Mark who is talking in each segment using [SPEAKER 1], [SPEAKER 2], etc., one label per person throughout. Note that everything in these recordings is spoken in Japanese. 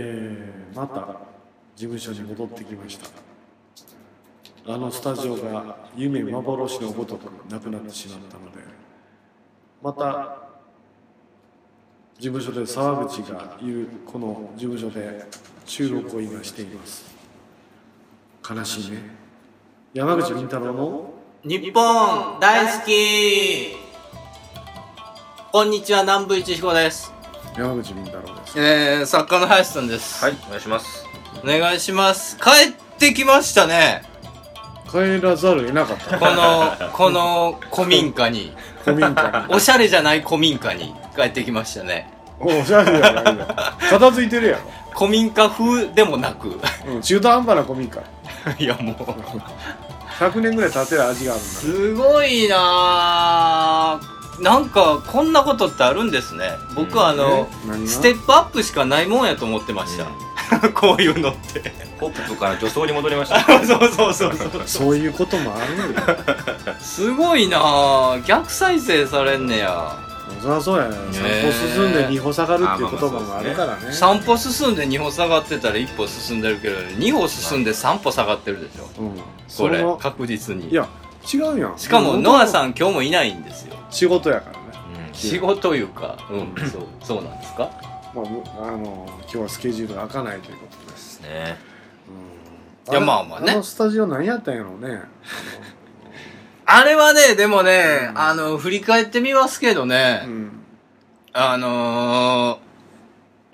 [SPEAKER 1] えーまた事務所に戻ってきましたあのスタジオが夢幻のごとくなくなってしまったのでまた事務所で沢口がいるこの事務所で収録を今しています悲しいね山口倫太郎の
[SPEAKER 2] 日本大好きこんにちは南部一彦です
[SPEAKER 1] 山口倫太郎です
[SPEAKER 2] えー、作家の林さんです
[SPEAKER 3] はい、お願いします。
[SPEAKER 2] お願いします帰ってきましたね
[SPEAKER 1] 帰らざるを得なかった
[SPEAKER 2] こ のこの古民家に
[SPEAKER 1] 古民家に
[SPEAKER 2] おしゃれじゃない古民家に帰ってきましたね
[SPEAKER 1] おしゃれやないよ片付いてるやろ
[SPEAKER 2] 古民家風でもなく
[SPEAKER 1] うん中途半端な古民家
[SPEAKER 2] いやもう
[SPEAKER 1] 100年ぐらい経てる味があるんだ
[SPEAKER 2] すごいなーなんかこんなことってあるんですね僕はあの、
[SPEAKER 1] え何が
[SPEAKER 2] ステップアップしかないもんやと思ってました、 こういうのって
[SPEAKER 3] ポップから女装に戻りました。
[SPEAKER 2] そうそうそうそう
[SPEAKER 1] そういうこともある んだよ
[SPEAKER 2] すごいなあ逆再生されんねや
[SPEAKER 1] そりゃそうやね3歩進んで2歩下がるっていう言葉もあるからね
[SPEAKER 2] 3歩進んで2歩下がってたら1歩進んでるけど2歩進んで3歩下がってるでしょ
[SPEAKER 1] うんそ
[SPEAKER 2] これ
[SPEAKER 1] の
[SPEAKER 2] 確実
[SPEAKER 1] い
[SPEAKER 2] に
[SPEAKER 1] や違うやん
[SPEAKER 2] しかもノアさ
[SPEAKER 1] ん
[SPEAKER 2] ん今日もいないんですよ
[SPEAKER 1] 仕事やからね
[SPEAKER 2] 仕事いうか うんそうそうなんですか
[SPEAKER 1] まあむ、あの今日はスケジュールが開かないということです、
[SPEAKER 3] ね。
[SPEAKER 1] うん
[SPEAKER 2] いや
[SPEAKER 1] れ
[SPEAKER 2] まあまあね
[SPEAKER 1] あのスタジオ何やったんやろうね
[SPEAKER 2] あれはねでもね
[SPEAKER 1] うん
[SPEAKER 2] あの振り返ってみますけどね、
[SPEAKER 1] うん
[SPEAKER 2] あの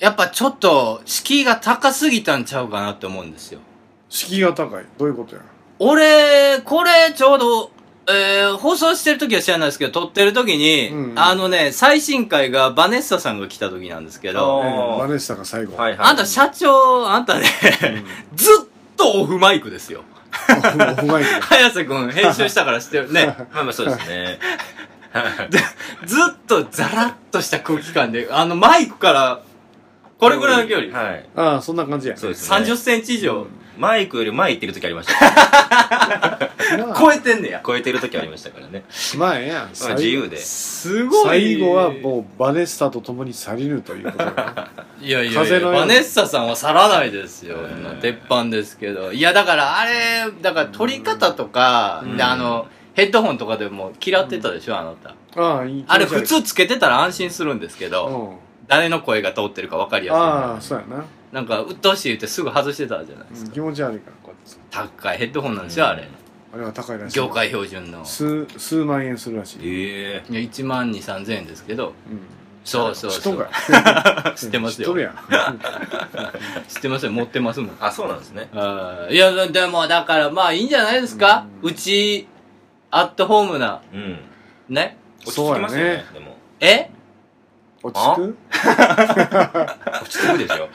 [SPEAKER 2] ー、やっぱちょっと敷居が高すぎたんちゃうかなって思うんですよ
[SPEAKER 1] 敷居が高いどういうことや
[SPEAKER 2] 俺、これ、ちょうど、えー、放送してる時は知らないですけど、撮ってる時に、
[SPEAKER 1] うん
[SPEAKER 2] あのね、最新回がバネッサさんが来た時なんですけ
[SPEAKER 1] え
[SPEAKER 2] ど、
[SPEAKER 3] あ
[SPEAKER 1] え
[SPEAKER 3] ー
[SPEAKER 1] マネしたが最後、
[SPEAKER 3] はいいはい。
[SPEAKER 2] あんた社長、あんたね、ずっとオフマイクですよ。
[SPEAKER 1] うん、お前い
[SPEAKER 2] 早瀬くん、編集したから知ってるね。
[SPEAKER 3] まあまあそうです ね。
[SPEAKER 2] ずっとザラッとした空気感で、あのマイクから、これぐらいの距離、
[SPEAKER 3] はい。
[SPEAKER 1] ああそんな感じや
[SPEAKER 3] そうですね。
[SPEAKER 2] 30センチ以上
[SPEAKER 3] マイクより前行ってる時ありました。
[SPEAKER 1] なあ
[SPEAKER 2] 超えてんねや。
[SPEAKER 3] 超えてる時ありましたからね。
[SPEAKER 1] まあええやん
[SPEAKER 3] まあ自由で。
[SPEAKER 2] すごい。
[SPEAKER 1] 最後はもうバネスタと共に去りぬということだ
[SPEAKER 2] いやいやい
[SPEAKER 1] 風
[SPEAKER 2] や
[SPEAKER 1] のように
[SPEAKER 2] バネッサさんは去らないですよ、
[SPEAKER 3] うん
[SPEAKER 2] 鉄板ですけどいやだからあれだから撮り方とか、
[SPEAKER 1] うん
[SPEAKER 2] であのヘッドホンとかでも嫌ってたでしょ、あなた
[SPEAKER 1] な ああいい
[SPEAKER 2] あれ普通つけてたら安心するんですけ
[SPEAKER 1] う
[SPEAKER 2] ど、
[SPEAKER 1] ん
[SPEAKER 2] 誰の声が通ってるか分かりや
[SPEAKER 1] ああそうやな
[SPEAKER 2] すいなんか鬱陶しい言ってすぐ外してたじゃないです
[SPEAKER 1] うん
[SPEAKER 2] か、
[SPEAKER 1] 気持ち悪いからこうやって
[SPEAKER 2] 高いヘッドホンなんですよ、あれ
[SPEAKER 1] あれは高いらしい
[SPEAKER 2] 業界標準のい
[SPEAKER 1] 数数万円するらしい、
[SPEAKER 3] ええ。
[SPEAKER 2] や1万2 3 0 0 0円ですけど
[SPEAKER 1] うん、
[SPEAKER 2] そうそう
[SPEAKER 1] 人
[SPEAKER 2] そう
[SPEAKER 1] が
[SPEAKER 2] 知ってます
[SPEAKER 1] 知っと
[SPEAKER 2] よ
[SPEAKER 1] るやん
[SPEAKER 2] 知ってますよ持ってますもん
[SPEAKER 3] あ、そうなんですね。
[SPEAKER 2] あーいや、でも、だから、まあ、いいんじゃないですか、
[SPEAKER 1] う
[SPEAKER 2] うんち、アットホームな、
[SPEAKER 3] うん。
[SPEAKER 2] ね。
[SPEAKER 3] 落ち着きますよ
[SPEAKER 1] そうやね
[SPEAKER 3] ね。でも。
[SPEAKER 2] え
[SPEAKER 1] 落ち着く
[SPEAKER 3] 落ち着くでしょ。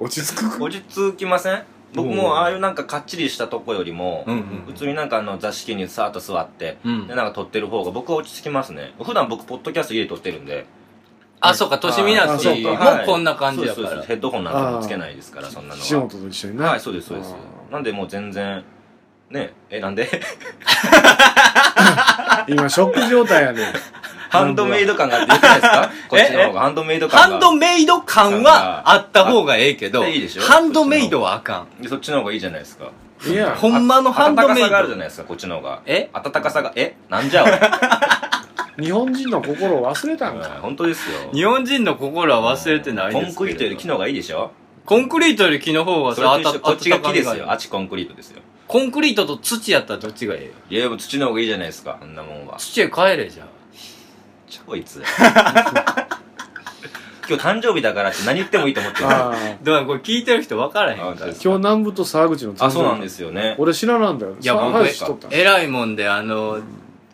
[SPEAKER 1] 落ち着 く
[SPEAKER 3] 落ち着きません僕
[SPEAKER 1] うん
[SPEAKER 3] もああいうなんかかっちりしたとこよりも、
[SPEAKER 2] うん
[SPEAKER 3] 普通になんかあの座敷にさーっと座って、
[SPEAKER 2] うん
[SPEAKER 3] でなんか撮ってる方が僕は落ち着きますね。普段僕、ポッドキャスト家で撮ってるんで。
[SPEAKER 2] あ、そうか、としみな
[SPEAKER 1] あ
[SPEAKER 2] し
[SPEAKER 1] そう
[SPEAKER 2] も
[SPEAKER 3] はい
[SPEAKER 2] こんな感じだか
[SPEAKER 3] そうですそう
[SPEAKER 2] ら
[SPEAKER 3] です。ヘッドホンなんかもつけないですからそんなの
[SPEAKER 1] 岸
[SPEAKER 3] は
[SPEAKER 1] 本と一緒にな、
[SPEAKER 3] はいそうですそうです
[SPEAKER 1] あ
[SPEAKER 3] なんでもう全然ねえなんで
[SPEAKER 1] ー今ショック状態やねん
[SPEAKER 3] ハンドメイド感があって言ってないですか こっちの方がハンドメイド感が
[SPEAKER 2] ハンドメイド感はあった方がええけど、
[SPEAKER 3] あいいでしょ
[SPEAKER 2] ハンドメイドはあかん。
[SPEAKER 3] でそっちの方がいいじゃないですか
[SPEAKER 1] いや
[SPEAKER 2] ほんまのハンドメイド
[SPEAKER 3] 温かさがあるじゃないですかこっちの方が
[SPEAKER 2] え
[SPEAKER 3] 温かさがえなんじゃお
[SPEAKER 1] 日本人の心を忘れたん
[SPEAKER 3] い
[SPEAKER 1] か
[SPEAKER 3] 本当ですよ
[SPEAKER 2] 日本人の心は忘れてないですけ
[SPEAKER 3] コンク
[SPEAKER 2] ど
[SPEAKER 3] リートより木の方がいいでしょ
[SPEAKER 2] コンクリートより木の方は
[SPEAKER 3] それと一
[SPEAKER 2] さ、あ
[SPEAKER 3] 緒
[SPEAKER 2] た
[SPEAKER 3] でこっちが
[SPEAKER 2] あ
[SPEAKER 3] 木
[SPEAKER 2] たたかみ
[SPEAKER 3] で
[SPEAKER 2] が
[SPEAKER 3] すよあっちコンクリートですよ
[SPEAKER 2] コンクリートと土やったらどっちがええよ。
[SPEAKER 3] いやでも土の方がいいじゃないですかあんなもんは
[SPEAKER 2] 土へ帰れじゃん。
[SPEAKER 3] ちょこいつ 今日誕生日だからって何言ってもいいと思ってる
[SPEAKER 1] あ
[SPEAKER 2] だからこれ聞いてる人分からへん
[SPEAKER 3] あ
[SPEAKER 2] から。
[SPEAKER 1] ー今日南部と沢口の
[SPEAKER 3] あそうなんですすよね
[SPEAKER 1] 俺知らなんだよ
[SPEAKER 2] いや
[SPEAKER 1] 沢
[SPEAKER 2] 僕
[SPEAKER 1] 口とった
[SPEAKER 2] えらいもんであの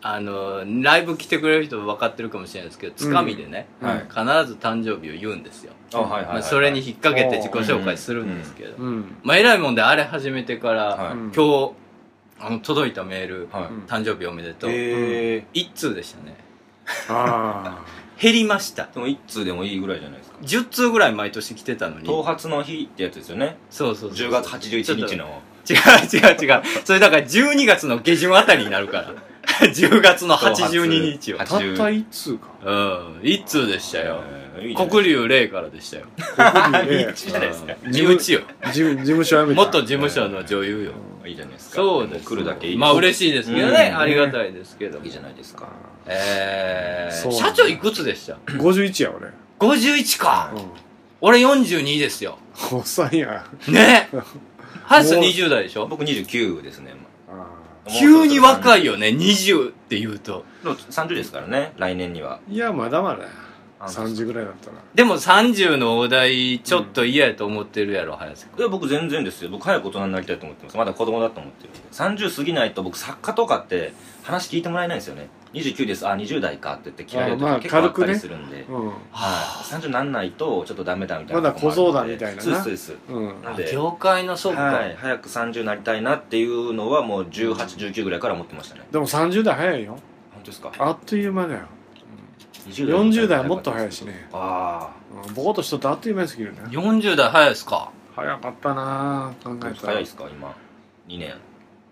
[SPEAKER 2] あのライブ来てくれる人分かってるかもしれないですけどつかみでね、
[SPEAKER 1] うんはい
[SPEAKER 2] 必ず誕生日を言うんですよ、
[SPEAKER 3] あはいはいはい
[SPEAKER 2] ま
[SPEAKER 3] は
[SPEAKER 2] あ、
[SPEAKER 3] い
[SPEAKER 2] それに引っ掛けて自己紹介するんですけど、
[SPEAKER 1] うん
[SPEAKER 2] まあえらいもんであれ始めてから、
[SPEAKER 3] はい
[SPEAKER 1] うん
[SPEAKER 2] 今日あの届いたメール、
[SPEAKER 3] はい
[SPEAKER 1] うん
[SPEAKER 2] 誕生日おめでとう、
[SPEAKER 3] え
[SPEAKER 2] 一通でしたね
[SPEAKER 1] あ
[SPEAKER 2] 減りました
[SPEAKER 3] ー、でも一通でもいいぐらいじゃないですか
[SPEAKER 2] 10通ぐらい毎年来てたのに
[SPEAKER 3] 頭髪の日ってやつですよね
[SPEAKER 2] そうそうそう
[SPEAKER 3] 10月81日の
[SPEAKER 2] 違う違う違うそれだから12月の下旬あたりになるから 10月の82日を
[SPEAKER 1] あたった一通か
[SPEAKER 2] うん、一通でしたよ。
[SPEAKER 3] えいいじゃない
[SPEAKER 2] 黒龍霊からでしたよ。
[SPEAKER 1] 僕に ね
[SPEAKER 3] いいじゃないですか。
[SPEAKER 2] 身内よ。
[SPEAKER 1] 事務事務所辞めた
[SPEAKER 2] 元事務所の女優よ。
[SPEAKER 3] いいじゃないですか。
[SPEAKER 2] そうです。
[SPEAKER 3] も来るだけいい。
[SPEAKER 2] まあ嬉しいですけどね。
[SPEAKER 3] うん
[SPEAKER 2] ありがたいですけど
[SPEAKER 3] いい。じゃないですか。
[SPEAKER 2] え
[SPEAKER 1] そ
[SPEAKER 2] ー、
[SPEAKER 1] う
[SPEAKER 2] 社長いくつでした
[SPEAKER 1] 51や俺
[SPEAKER 2] ?51 か。
[SPEAKER 1] う
[SPEAKER 2] 俺42ですよ。
[SPEAKER 1] んおっさんや
[SPEAKER 2] ねハッス
[SPEAKER 1] もう
[SPEAKER 2] 20代でしょ
[SPEAKER 3] 僕29ですね。
[SPEAKER 1] あー
[SPEAKER 2] 急に若い
[SPEAKER 3] よ。
[SPEAKER 2] よね、20って言うと。
[SPEAKER 3] でも30ですからね、来年には。
[SPEAKER 1] いやまだまだや
[SPEAKER 3] あの
[SPEAKER 1] 30ぐらいだったら
[SPEAKER 2] でも30のお題、ちょっと嫌やと思ってるやろ、早瀬
[SPEAKER 3] いや僕全然ですよ。僕早く大人になりたいと思ってます。まだ子供だと思ってる。30過ぎないと僕作家とかって話聞いてもらえないんですよね。29です。あ、20代かって言って切られる時
[SPEAKER 1] あまあ
[SPEAKER 3] 結構あ
[SPEAKER 1] 軽
[SPEAKER 3] っ
[SPEAKER 1] く
[SPEAKER 3] た
[SPEAKER 1] ね
[SPEAKER 3] りするんで。
[SPEAKER 1] うん
[SPEAKER 3] はい。30なんないとちょっとダメだみたいな。
[SPEAKER 1] まだ小僧だみたいなな
[SPEAKER 3] そうです、そうです。
[SPEAKER 1] うん
[SPEAKER 3] なん
[SPEAKER 2] 君
[SPEAKER 3] で
[SPEAKER 2] あ業界の、そっか。
[SPEAKER 3] はい、早く30なりたいなっていうのはもう18、19ぐらいから思ってましたね。
[SPEAKER 1] でも30代早いよ
[SPEAKER 3] 本当ですか
[SPEAKER 1] あっという間だよ
[SPEAKER 3] 20
[SPEAKER 1] 40代はもっと早いしね
[SPEAKER 3] あ
[SPEAKER 1] うんボーっとしとってあっという間に過ぎるね
[SPEAKER 2] 40代早いっすか。
[SPEAKER 1] 早かったなあ考
[SPEAKER 3] あ
[SPEAKER 1] えた
[SPEAKER 3] 早
[SPEAKER 1] ら
[SPEAKER 3] いですか今2年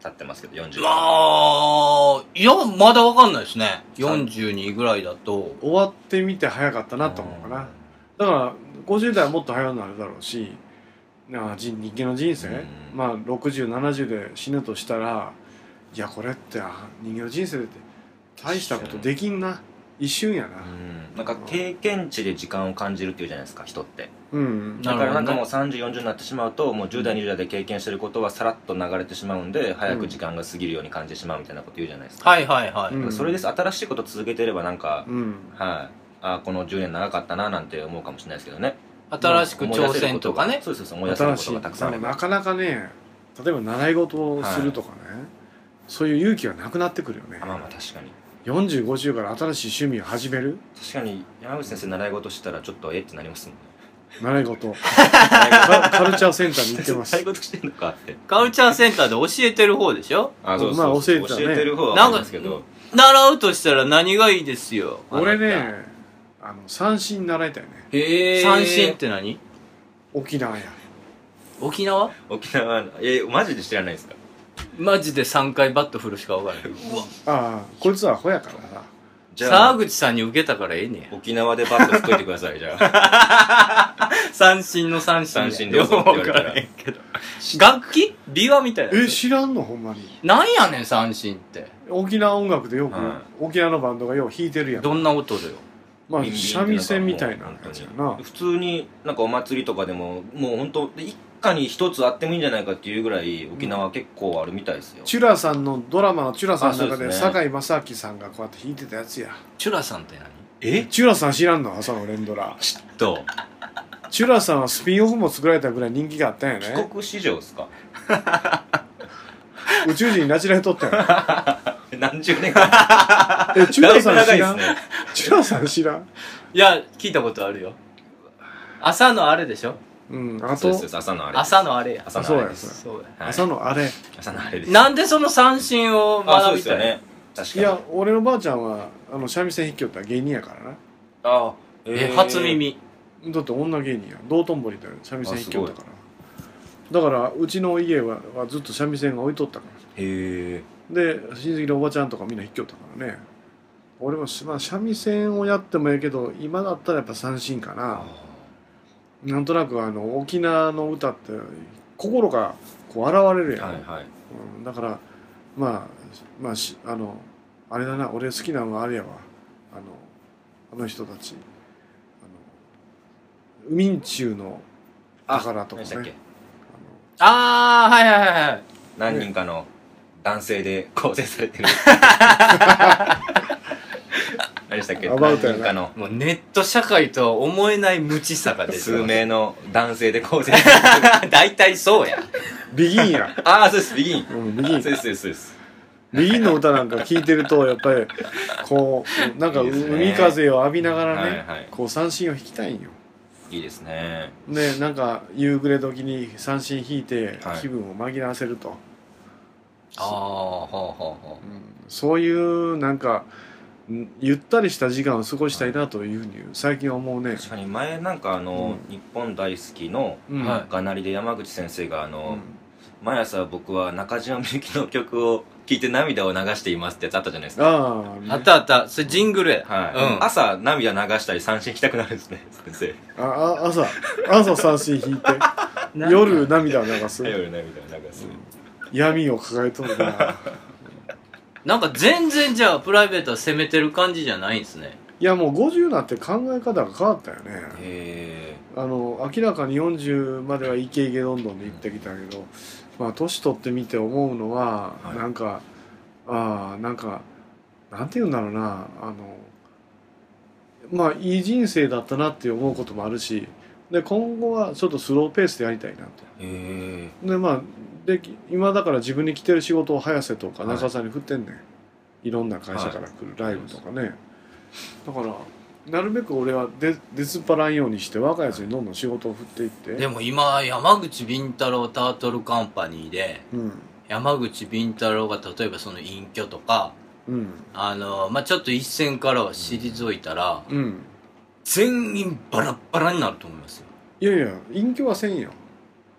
[SPEAKER 3] 経ってますけど40
[SPEAKER 2] まあ、いや、まだわかんないですね。42ぐらいだと。
[SPEAKER 1] 終わってみて早かったなと思うかなだから50代はもっと早くなるだろうしなあ人人間の人生、
[SPEAKER 3] うん
[SPEAKER 1] まあ6070で死ぬとしたらいやこれってあ人間の人生って大したことできんな一瞬や
[SPEAKER 3] う
[SPEAKER 1] な、
[SPEAKER 3] んなんか経験値で時間を感じるっていうじゃないですか人って
[SPEAKER 1] うん
[SPEAKER 2] な
[SPEAKER 3] だか
[SPEAKER 2] るほどね
[SPEAKER 3] らなんかもう3040になってしまうともう10代20代で経験してることはさらっと流れてしまうんで早く時間が過ぎるように感じてしまうみたいなこと言うじゃないですか、
[SPEAKER 2] はいはいはい。
[SPEAKER 1] うん
[SPEAKER 3] それです新しいこと続けてればなんか、
[SPEAKER 1] うん
[SPEAKER 3] はいあこの10年長かったななんて思うかもしれないですけどね
[SPEAKER 2] 新しく挑戦とかね。
[SPEAKER 3] そうそうそう思い出せ
[SPEAKER 1] 新
[SPEAKER 3] るこ
[SPEAKER 1] し
[SPEAKER 3] と
[SPEAKER 1] い
[SPEAKER 3] がたくさんあれば
[SPEAKER 1] なかなかね例えば習い事をするとかね、そういう勇気がなくなってくるよね
[SPEAKER 3] あまあまあ確かに
[SPEAKER 1] 4050から新しい趣味を始める
[SPEAKER 3] 確かに山口先生習い事したらちょっとえってなりますもんね
[SPEAKER 1] 習い事 カカルチャーセンターに行ってま
[SPEAKER 3] 習い
[SPEAKER 1] す
[SPEAKER 3] 事してんのかって
[SPEAKER 2] カルチャーセンターで教えてる方でしょ
[SPEAKER 3] あ
[SPEAKER 1] そうそうそうまあ教えてたね
[SPEAKER 3] 教えてる方はありますけど
[SPEAKER 2] 習うとしたら何がいいですよ。
[SPEAKER 1] 俺ねあの三振習いたいね
[SPEAKER 2] へ
[SPEAKER 3] ー
[SPEAKER 2] 三振って何
[SPEAKER 1] 沖縄や
[SPEAKER 2] 沖縄
[SPEAKER 3] 沖縄のえマジで知らないですか
[SPEAKER 2] マジで3回バット振るしか分からない。
[SPEAKER 1] ああこいつはアホやからな
[SPEAKER 3] じゃ
[SPEAKER 2] 沢
[SPEAKER 3] あ
[SPEAKER 2] 口さんに受けたからええね
[SPEAKER 3] 沖縄でバット振っといてくださいじゃ あ
[SPEAKER 2] や。三振の三振。
[SPEAKER 3] 三振どうぞって言われたら
[SPEAKER 2] よく分からへんけど。 楽器琵琶みたいな。
[SPEAKER 1] え知らんのほんまに
[SPEAKER 2] なんやねん三振って。
[SPEAKER 1] 沖縄音楽でよく、
[SPEAKER 3] は
[SPEAKER 1] 沖縄のバンドがよう弾いてるやん
[SPEAKER 2] どんな音だよ。
[SPEAKER 1] まあ
[SPEAKER 3] ビンビンって
[SPEAKER 1] 三味線みたいなやつやな
[SPEAKER 3] 本当に普通になんかお祭りとかでももう本当一家に一つあってもいいんじゃないかっていうぐらい沖縄結構あるみたいですよ、
[SPEAKER 1] チュラさんのドラマのチュラさんの
[SPEAKER 3] あ
[SPEAKER 1] 中
[SPEAKER 3] そ
[SPEAKER 1] で
[SPEAKER 3] うですね
[SPEAKER 1] 堺正明さんがこうやって弾いてたやつや
[SPEAKER 2] チュラさんって何
[SPEAKER 3] え
[SPEAKER 1] チュラさん知らんの朝の連ド ラ
[SPEAKER 3] ちょっと
[SPEAKER 1] チュラさんはスピンオフも作られたぐらい人気があったんや
[SPEAKER 3] 帰
[SPEAKER 1] ね
[SPEAKER 3] 国史上ですか
[SPEAKER 1] 宇宙人になじられとったん や
[SPEAKER 3] 何十 年か
[SPEAKER 1] えチュ
[SPEAKER 3] だ
[SPEAKER 1] ラ
[SPEAKER 3] いぶ
[SPEAKER 1] さん知
[SPEAKER 3] 長いで
[SPEAKER 1] ら
[SPEAKER 3] す
[SPEAKER 1] ん、
[SPEAKER 3] ね
[SPEAKER 1] チュラさん知らん
[SPEAKER 2] いや、聞いたことあるよ。朝のあれでしょ
[SPEAKER 1] うんあ
[SPEAKER 3] そう
[SPEAKER 1] と
[SPEAKER 3] ですそうです朝のあれ
[SPEAKER 2] 朝のあれや。
[SPEAKER 3] 朝のあれで
[SPEAKER 1] そうや
[SPEAKER 3] す
[SPEAKER 2] そうや。
[SPEAKER 3] はい
[SPEAKER 1] 朝のあれ
[SPEAKER 3] 朝のあれです
[SPEAKER 2] なんでその三振を
[SPEAKER 3] あそう
[SPEAKER 2] 学
[SPEAKER 3] で
[SPEAKER 2] び
[SPEAKER 3] すよ
[SPEAKER 2] たい
[SPEAKER 3] ね確か
[SPEAKER 1] い
[SPEAKER 3] に
[SPEAKER 1] や俺のばあちゃんはあの三味線弾きよったら芸人やからな
[SPEAKER 3] あ
[SPEAKER 2] え、初耳。
[SPEAKER 1] だって女芸人や道頓堀で三味線弾きよったからだからうちの家ははずっと三味線が置いとったか
[SPEAKER 3] へえ
[SPEAKER 1] らで親戚のおばちゃんとかみんな弾きよったからね俺も、まあ、三味線をやってもええけど今だったらやっぱ三振かななんとなくあの沖縄の歌って心がこう現れるやん、
[SPEAKER 3] はいはい
[SPEAKER 1] うん、だからまあまあしあのあれだな俺好きなのはあれやわあのあの人たちあのウミンチュウの
[SPEAKER 3] あ
[SPEAKER 1] 宝と
[SPEAKER 3] 何
[SPEAKER 1] か
[SPEAKER 3] でしたっけ
[SPEAKER 1] ねあ
[SPEAKER 2] あー、はいはいはいはい。
[SPEAKER 3] 何人かの男性で構成されてる何でしたっけ
[SPEAKER 1] アバウ
[SPEAKER 3] 何
[SPEAKER 1] トや
[SPEAKER 3] 人
[SPEAKER 1] な
[SPEAKER 3] かの
[SPEAKER 2] もうネット社会とは思えない無知さが出て
[SPEAKER 3] 数
[SPEAKER 2] る。
[SPEAKER 3] 名の男性で構成されてる
[SPEAKER 2] 大体そうや。
[SPEAKER 1] のビギン や、
[SPEAKER 3] ああそうですビギン
[SPEAKER 1] うん、ビ
[SPEAKER 3] あ
[SPEAKER 1] ギ
[SPEAKER 3] そう
[SPEAKER 1] ン
[SPEAKER 3] ですそうですそうです
[SPEAKER 1] ビギンの歌なんか聞いてるとやっぱりこうなんか
[SPEAKER 3] いいですね
[SPEAKER 1] 海風を浴びながらね
[SPEAKER 3] はいはい
[SPEAKER 1] こう三振を弾きたいんよ
[SPEAKER 3] いいですね
[SPEAKER 1] でなんか夕暮れ時に三振弾いて
[SPEAKER 3] はい
[SPEAKER 1] 気分を紛らわせると、
[SPEAKER 2] ああ、ほうほうほ
[SPEAKER 1] うんそういうなんかんゆったりした時間を過ごしたいなというふうに最近は思うね、
[SPEAKER 3] 確かに前なんかあの、
[SPEAKER 1] う
[SPEAKER 3] 日本大好きの
[SPEAKER 1] うん
[SPEAKER 2] は
[SPEAKER 3] がなりで山口先生があ
[SPEAKER 1] う
[SPEAKER 3] の、
[SPEAKER 1] ん
[SPEAKER 3] 毎朝僕は中島みゆきの曲を聴いて涙を流していますってやつあったじゃないですか。
[SPEAKER 1] ああ
[SPEAKER 2] あったあった。それジングルや。
[SPEAKER 3] はい。
[SPEAKER 2] うん。
[SPEAKER 3] 朝涙流したり三振行きたくなるんですね、先
[SPEAKER 1] ああ朝朝三振引い て夜涙を流す
[SPEAKER 3] 生。夜涙を流す。
[SPEAKER 1] 闇を抱えとるな
[SPEAKER 2] なんか全然じゃあプライベートは攻めてる感じじゃないんですね。
[SPEAKER 1] いやもう50になって考え方が変わったよね
[SPEAKER 3] へ
[SPEAKER 1] あの明らかに40まではイケイケどんどんで行ってきたけど、まあ年取ってみて思うのは、
[SPEAKER 3] はい
[SPEAKER 1] なんかああなんかなんて言うんだろうなあのまあいい人生だったなって思うこともあるしで今後はちょっとスローペースでやりたいな
[SPEAKER 3] え。へえ。
[SPEAKER 1] とでまあで今だから自分に来てる仕事を早瀬とか
[SPEAKER 3] はい
[SPEAKER 1] 中澤に振ってんねん、い、ろんな会社から来るライブとかね、だからなるべく俺は出出ずっぱらんようにして若いやつにどんどん仕事を振っていって、
[SPEAKER 2] でも今、山口敏太郎タートルカンパニーで、
[SPEAKER 1] うん
[SPEAKER 2] 山口敏太郎が例えばその隠居とか、
[SPEAKER 1] うん
[SPEAKER 2] あの、まあ、ちょっと一線からは退いたら、
[SPEAKER 1] うん
[SPEAKER 2] 全員バラッバラになると思いますよ。
[SPEAKER 1] いやいや隠居はせんよ、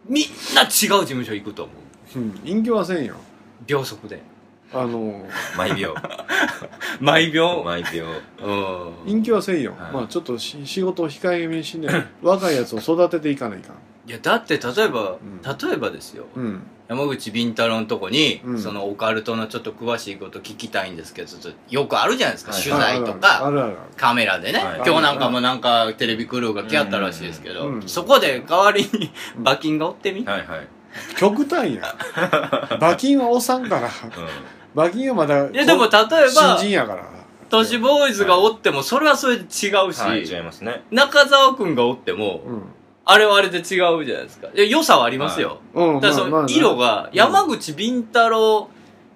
[SPEAKER 2] みんな違う事務所行くと思う。
[SPEAKER 1] うん、隠居はせんよ
[SPEAKER 2] 秒速で。
[SPEAKER 1] あの
[SPEAKER 3] 毎秒。
[SPEAKER 2] 毎秒
[SPEAKER 3] 毎秒。
[SPEAKER 2] うん。
[SPEAKER 1] 隠居はせんよ、
[SPEAKER 3] はい
[SPEAKER 1] まあちょっとし仕事を控えめにしね若いやつを育てていかないかん
[SPEAKER 2] いや、だって例えば、
[SPEAKER 1] ん
[SPEAKER 2] 例えばですよ。
[SPEAKER 1] うん
[SPEAKER 2] 山口敏太郎のとこに、
[SPEAKER 1] うん
[SPEAKER 2] そのオカルトのちょっと詳しいこと聞きたいんですけど、ちょっとよくあるじゃないですか、
[SPEAKER 3] はい
[SPEAKER 2] 取材と
[SPEAKER 1] あ
[SPEAKER 2] か、
[SPEAKER 1] るあるある
[SPEAKER 2] カメラでね、
[SPEAKER 3] はい
[SPEAKER 2] 今日なんかもなんかテレビクルーが来あったらしいですけど、
[SPEAKER 1] うん
[SPEAKER 2] そこで代わりに
[SPEAKER 1] うん
[SPEAKER 2] 馬琴がおってみ、
[SPEAKER 3] はいはい。
[SPEAKER 1] 極端や馬琴はおさんから
[SPEAKER 3] う
[SPEAKER 1] 馬琴はまだ
[SPEAKER 2] いやでも例え
[SPEAKER 1] 新
[SPEAKER 2] ば、
[SPEAKER 1] 人やから
[SPEAKER 2] 都市ボーイズがおっても、それはそれで違うし、
[SPEAKER 3] ん。はい、違いますね。
[SPEAKER 2] 中澤くんがおっても、
[SPEAKER 1] うん
[SPEAKER 2] あれはあれで違うじゃないですか。いや良さはありますよ。
[SPEAKER 1] うん
[SPEAKER 2] ただそ
[SPEAKER 1] まあま
[SPEAKER 2] の
[SPEAKER 1] あ
[SPEAKER 2] 色が、山口敏太郎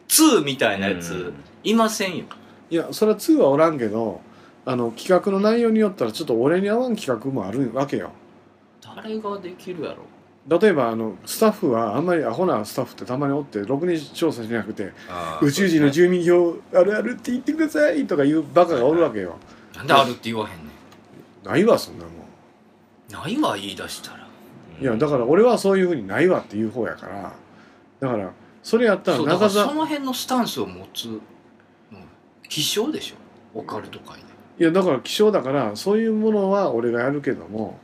[SPEAKER 2] 2みたいなやつ、
[SPEAKER 3] うん
[SPEAKER 2] いませんよ。
[SPEAKER 1] いやそれは2はおらんけどあの企画の内容によったらちょっと俺に合わん企画もあるわけよ
[SPEAKER 2] 誰ができるやろ
[SPEAKER 1] 例えばあのスタッフはあんまりアホなスタッフってたまにおってろくに調査しなくて
[SPEAKER 3] あー
[SPEAKER 1] 宇宙人の住民票あるあるって言ってくださいとかいうバカがおるわけよ
[SPEAKER 2] なんであるって言わへんね
[SPEAKER 1] ないわそんなもん
[SPEAKER 2] ん。ないわ、言い出したら。
[SPEAKER 1] いやだから俺はそういうふうにないわっていう方やからだからそれやったら
[SPEAKER 2] そう、だか
[SPEAKER 1] 中
[SPEAKER 2] らそ
[SPEAKER 1] 澤
[SPEAKER 2] の辺のスタンスを持つ、うん、希少でしょ。オカルト界
[SPEAKER 1] い
[SPEAKER 2] で。
[SPEAKER 1] やだから希少だからそういうものは俺がやるけども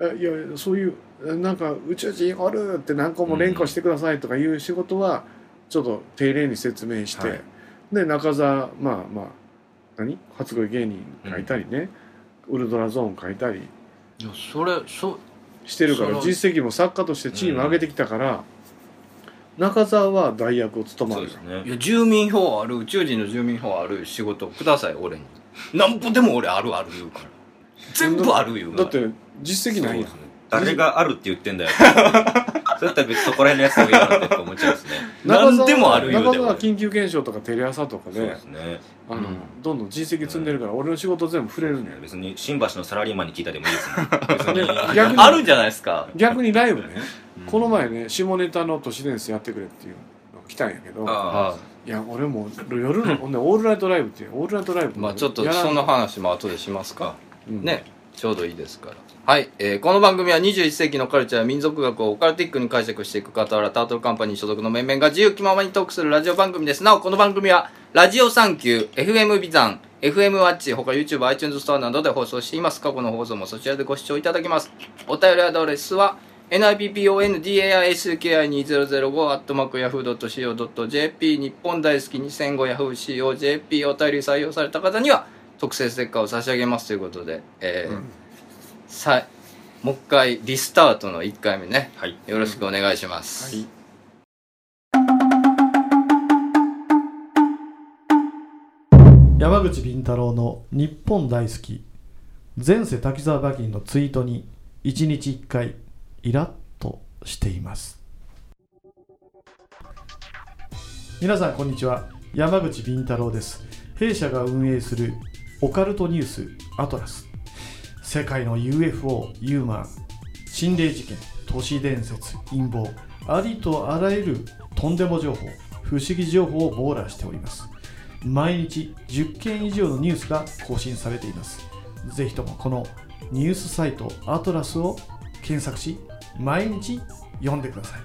[SPEAKER 1] えいやそういうえなんか宇宙人おるって何個も連呼してくださいとかいう仕事はちょっと丁寧に説明して、
[SPEAKER 3] はい
[SPEAKER 1] で中澤まあまあ何初恋芸人書いたりね、ウルトラゾーン書いたり
[SPEAKER 2] いや、それ、そ、
[SPEAKER 1] してるか
[SPEAKER 2] そ
[SPEAKER 1] ら
[SPEAKER 2] の
[SPEAKER 1] 実績も作家としてチーム上げてきたから、中澤は代役を務ま
[SPEAKER 3] そう
[SPEAKER 1] る
[SPEAKER 3] ですね
[SPEAKER 2] い。や、住民票ある、宇宙人の住民票ある仕事ください、俺に。なんぼでも俺あるある言うから。全部ある言うか
[SPEAKER 1] だ
[SPEAKER 2] ら。
[SPEAKER 1] って実績ないやん
[SPEAKER 3] そうですね誰があるって言ってんだ よ。そうやったら別にそこら辺のやつでもいいかなって思っちゃうんですね。
[SPEAKER 1] 中澤
[SPEAKER 2] 何でもあるよ
[SPEAKER 1] 中
[SPEAKER 2] で
[SPEAKER 1] 澤
[SPEAKER 2] も
[SPEAKER 1] は緊急検証とかテレ朝とか
[SPEAKER 3] そう
[SPEAKER 1] で
[SPEAKER 3] ですね。
[SPEAKER 1] あの、
[SPEAKER 2] うん
[SPEAKER 1] どんどん実績積んでるから、俺の仕事全部触れるね、
[SPEAKER 3] 別に新橋のサラリーマンに聞いたでもいいですね。
[SPEAKER 1] で
[SPEAKER 3] 別に。
[SPEAKER 1] 逆に
[SPEAKER 2] あるんじゃないですか。
[SPEAKER 1] 逆にライブね、この前ね下ネタの都市伝説やってくれっていうのが来たんやけど
[SPEAKER 3] あ
[SPEAKER 2] はい
[SPEAKER 1] や俺も夜のほんでオールナイトライブっていうオールナイトライブ
[SPEAKER 2] い。まあちょっとそ
[SPEAKER 1] の
[SPEAKER 2] の話も後でしますか。
[SPEAKER 1] ね
[SPEAKER 2] ね、ちょうどいいですから。はい、えーこの番組は21世紀のカルチャーや民族学をオカルティックに解釈していく傍ら、タートルカンパニー所属の面々が自由気ままにトークするラジオ番組です。なお、この番組は、ラジオサンキュー、FM ビザン、FM ワッチ、他 YouTube、iTunes ストアなどで放送しています。過去の放送もそちらでご視聴いただけます。お便りアドレスは、nippondai2005-yahoo.co.jp 日本大好き 2005yahoo.co.jp お便り採用された方には特製ステッカーを差し上げますということで、えーさもう一回リスタートの1回目ね
[SPEAKER 3] あ。はい。
[SPEAKER 2] よろしくお願いします、
[SPEAKER 1] はい
[SPEAKER 4] 山口敏太郎の日本大好き前世滝沢馬琴のツイートに1日1回イラッとしています皆さんこんにちは山口敏太郎です弊社が運営するオカルトニュースアトラス世界の UFO ユーマン心霊事件都市伝説陰謀ありとあらゆるとんでも情報不思議情報を網羅しております毎日10件以上のニュースが更新されていますぜひともこのニュースサイトアトラスを検索し毎日読んでください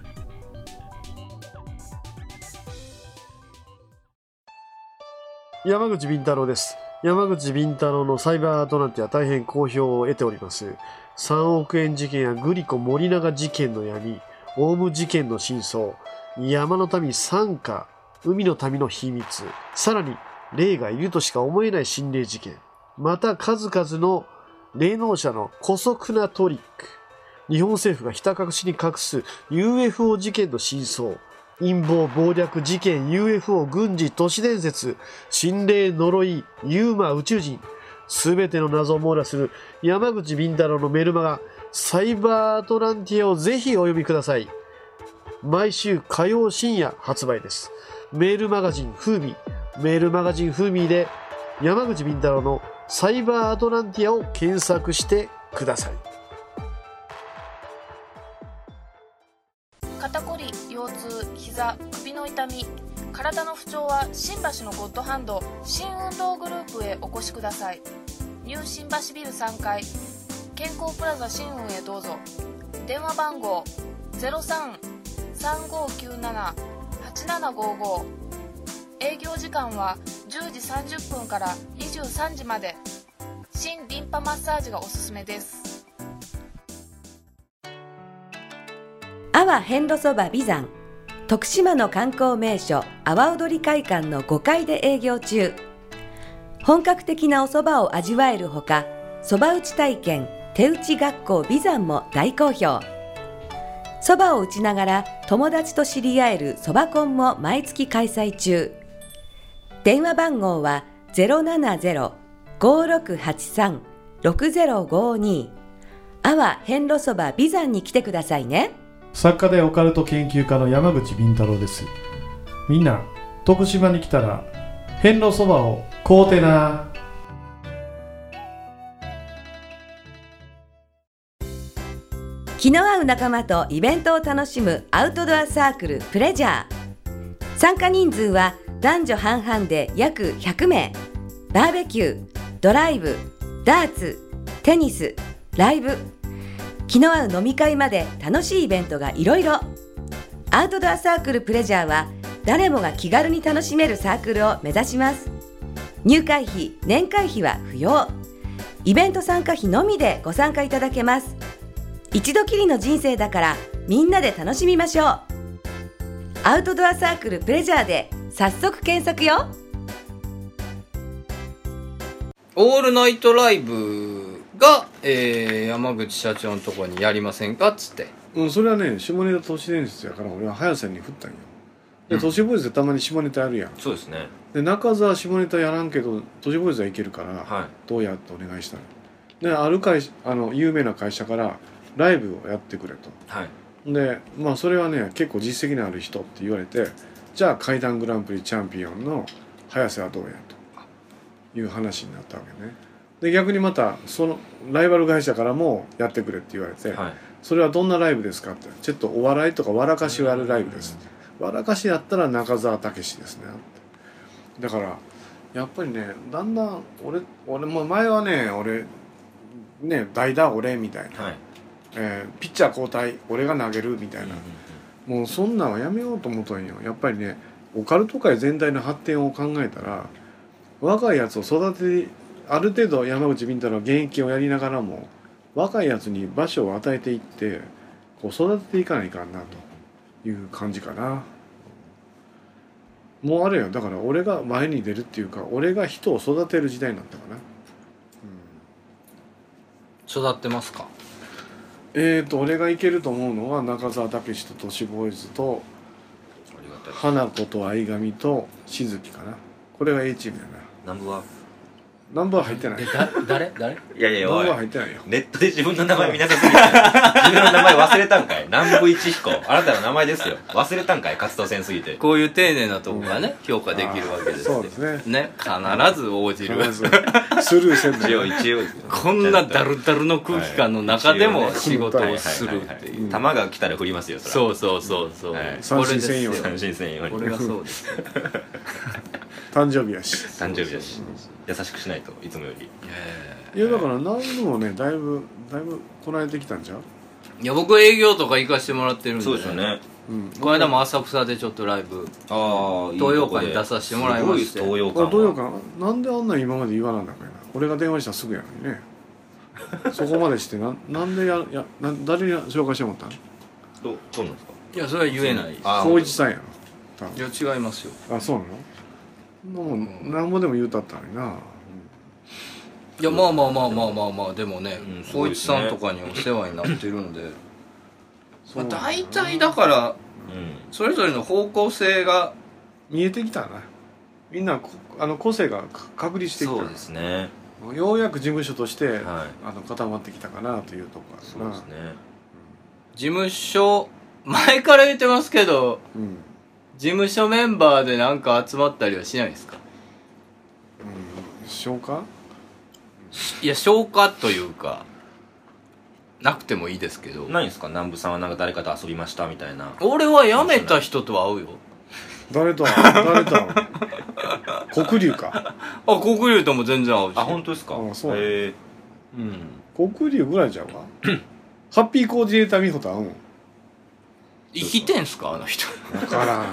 [SPEAKER 1] 山口敏太郎です。山口敏太郎のサイバーアトランティア大変好評を得ております。3億円事件やグリコ森永事件の闇、オウム事件の真相、山の民参加、海の民の秘密、さらに霊がいるとしか思えない心霊事件、また数々の霊能者の古速なトリック、日本政府がひた隠しに隠す UFO 事件の真相、陰謀、暴略、事件、UFO、軍事、都市伝説、心霊、呪い、ユーマ、宇宙人、すべての謎を網羅する山口敏太郎のメルマガ、サイバーアトランティアをぜひお読みください。毎週火曜深夜発売です。メールマガジンフーミー、メールマガジンフーミーで山口敏太郎のサイバーアトランティアを検索してください。
[SPEAKER 5] 肩こり腰痛膝首の痛み体の不調は新橋のゴッドハンド新運動グループへお越しくださいニュー新橋ビル3階健康プラザ新運へどうぞ電話番号0335978755営業時間は10時30分から23時まで新リンパマッサージがおすすめです
[SPEAKER 6] 阿波遍路そば美山徳島の観光名所阿波踊り会館の5階で営業中本格的なお蕎麦を味わえるほか蕎麦打ち体験手打ち学校美山も大好評蕎麦を打ちながら友達と知り合える蕎麦コンも毎月開催中電話番号は070-5683-6052阿波遍路そば美山に来てくださいね
[SPEAKER 4] 作家でオカルト研究家の山口敏太郎ですみんな徳島に来たら遍路そばを買うてな
[SPEAKER 6] 気の合う仲間とイベントを楽しむアウトドアサークルプレジャー参加人数は男女半々で約100名バーベキュードライブダーツテニスライブ気の合う飲み会まで楽しいイベントがいろいろアウトドアサークルプレジャーは誰もが気軽に楽しめるサークルを目指します入会費年会費は不要イベント参加費のみでご参加いただけます一度きりの人生だからみんなで楽しみましょうアウトドアサークルプレジャーで早速検索よ
[SPEAKER 2] オールナイトライブが、えー山口社長のところにやりませんかっつって
[SPEAKER 1] うん、それはね下ネタ都市伝説やから俺は早さんに振ったんよで
[SPEAKER 3] うん
[SPEAKER 1] 都市ボーイズでたまに下ネタやるやん
[SPEAKER 3] そうですね
[SPEAKER 1] で中澤下ネタやらんけど都市ボーイズはいけるから、
[SPEAKER 3] は
[SPEAKER 1] どうやってお願いしたのである会社あの有名な会社からライブをやってくれと
[SPEAKER 3] いはい
[SPEAKER 1] でまあそれはね結構実績のある人って言われてじゃあ怪談グランプリチャンピオンの早瀬はどうやという話になったわけねで逆にまたそのライバル会社からもやってくれって言われて、
[SPEAKER 3] はい
[SPEAKER 1] それはどんなライブですかってちょっとお笑いとか笑かしをやるライブです笑かしやったら中澤武史ですねだからやっぱりねだんだん俺俺も前はね俺ね代打俺みたいな、
[SPEAKER 3] はい
[SPEAKER 1] えーピッチャー交代俺が投げるみたいな、もうそんなんはやめようと思ったんよやっぱりねオカルト界全体の発展を考えたら若いやつを育てある程度山口敏太郎は現役をやりながらも若いやつに場所を与えていってこう育てていかないかんなという感じかなもうあれよだから俺が前に出るっていうか俺が人を育てる時代になったかな、うん、
[SPEAKER 2] 育ってますか
[SPEAKER 1] えーと俺がいけると思うのは中澤武史と都市ボーイズと
[SPEAKER 3] ありがたい
[SPEAKER 1] 花子と相上と静木かなこれが A チームやな
[SPEAKER 3] 南部は
[SPEAKER 1] ナンバー入ってない
[SPEAKER 2] え
[SPEAKER 1] ナン
[SPEAKER 2] だ誰誰
[SPEAKER 3] いやいや
[SPEAKER 1] バ
[SPEAKER 3] おい
[SPEAKER 1] ー入ってないよ
[SPEAKER 3] ネットで自分の名前見なさすぎて自分の名前忘れたんかい南部一彦あなたの名前ですよ忘れたんかい活動せんすぎて
[SPEAKER 2] こういう丁寧なとこがね、評価できるわけです
[SPEAKER 1] あー
[SPEAKER 2] ね
[SPEAKER 1] そうですね
[SPEAKER 2] ね必ず応じる
[SPEAKER 1] 必ずスルーせん
[SPEAKER 3] 一
[SPEAKER 1] の
[SPEAKER 3] 応一応
[SPEAKER 2] こんなダルダルの空気感の中で
[SPEAKER 3] は
[SPEAKER 2] も
[SPEAKER 3] い
[SPEAKER 2] 仕事をするっていううん
[SPEAKER 3] 球が来たら振りますよそ
[SPEAKER 2] そうそうそうそう、
[SPEAKER 3] はい
[SPEAKER 1] 三振専用
[SPEAKER 3] ら
[SPEAKER 2] これですよ
[SPEAKER 3] 三振専用に
[SPEAKER 2] これがそうですよ
[SPEAKER 1] 誕生日やし
[SPEAKER 3] 誕生日だし優しくしないといつもより
[SPEAKER 1] いやだから南部もねだいぶだいぶこらえてきたんじゃう
[SPEAKER 2] いや僕営業とか行かしてもらってるんで、
[SPEAKER 3] そうですよね
[SPEAKER 1] うん、
[SPEAKER 2] この間も浅草でちょっとライブ
[SPEAKER 3] ああ
[SPEAKER 2] 東洋館に出させてもらいまし
[SPEAKER 3] す
[SPEAKER 2] て
[SPEAKER 3] ごい東洋
[SPEAKER 1] あ
[SPEAKER 3] 館
[SPEAKER 1] どうよう
[SPEAKER 3] は
[SPEAKER 1] かなんであんなん今まで言わなんだかいな俺が電話したらすぐやのにねそこまでしてななんでややな誰に紹介してもらった
[SPEAKER 3] どうどうなんですか
[SPEAKER 2] いやそれは言えない
[SPEAKER 3] あ
[SPEAKER 1] の光一さんやろ多
[SPEAKER 2] いや違いますよ
[SPEAKER 1] 分あそうなのそんなもんなんぼでも言うたったのにない
[SPEAKER 2] やまあまあまあまあまあまあでもね
[SPEAKER 3] うんすごい
[SPEAKER 2] 光
[SPEAKER 3] で
[SPEAKER 2] 一
[SPEAKER 3] すね
[SPEAKER 2] さんとかにお世話になってるんで
[SPEAKER 1] そ
[SPEAKER 2] ま
[SPEAKER 1] う
[SPEAKER 2] あ
[SPEAKER 1] なんだ
[SPEAKER 2] 大体だか
[SPEAKER 3] う
[SPEAKER 2] ら
[SPEAKER 3] ん
[SPEAKER 2] それぞれの方向性が
[SPEAKER 1] 見えてきたなみんなこあの個性がか確立してき
[SPEAKER 3] そう
[SPEAKER 1] た
[SPEAKER 3] ですね
[SPEAKER 1] ようやく事務所として、
[SPEAKER 3] はい
[SPEAKER 1] あの固まってきたかなというところ
[SPEAKER 3] そう
[SPEAKER 1] や
[SPEAKER 3] で
[SPEAKER 1] な
[SPEAKER 3] すね
[SPEAKER 2] 事務所前から言ってますけど
[SPEAKER 1] うん、うん、
[SPEAKER 2] 事務所メンバーでなんか集まったりはしないですか
[SPEAKER 1] 消化
[SPEAKER 2] いや消化というかなくてもいいですけど
[SPEAKER 3] ないんですか南部さんはなんか誰かと遊びましたみたいな
[SPEAKER 2] 俺は辞めた人とは会うよ
[SPEAKER 1] 誰と誰と 黒龍か
[SPEAKER 2] あ国流とも全然会うし
[SPEAKER 3] あ本当ですか
[SPEAKER 1] あそう
[SPEAKER 3] へえ
[SPEAKER 2] うん
[SPEAKER 1] 黒龍ぐらいじゃう かハッピーコーディネーター美穂と会うん
[SPEAKER 2] 生きてんすかあの人
[SPEAKER 1] 分からん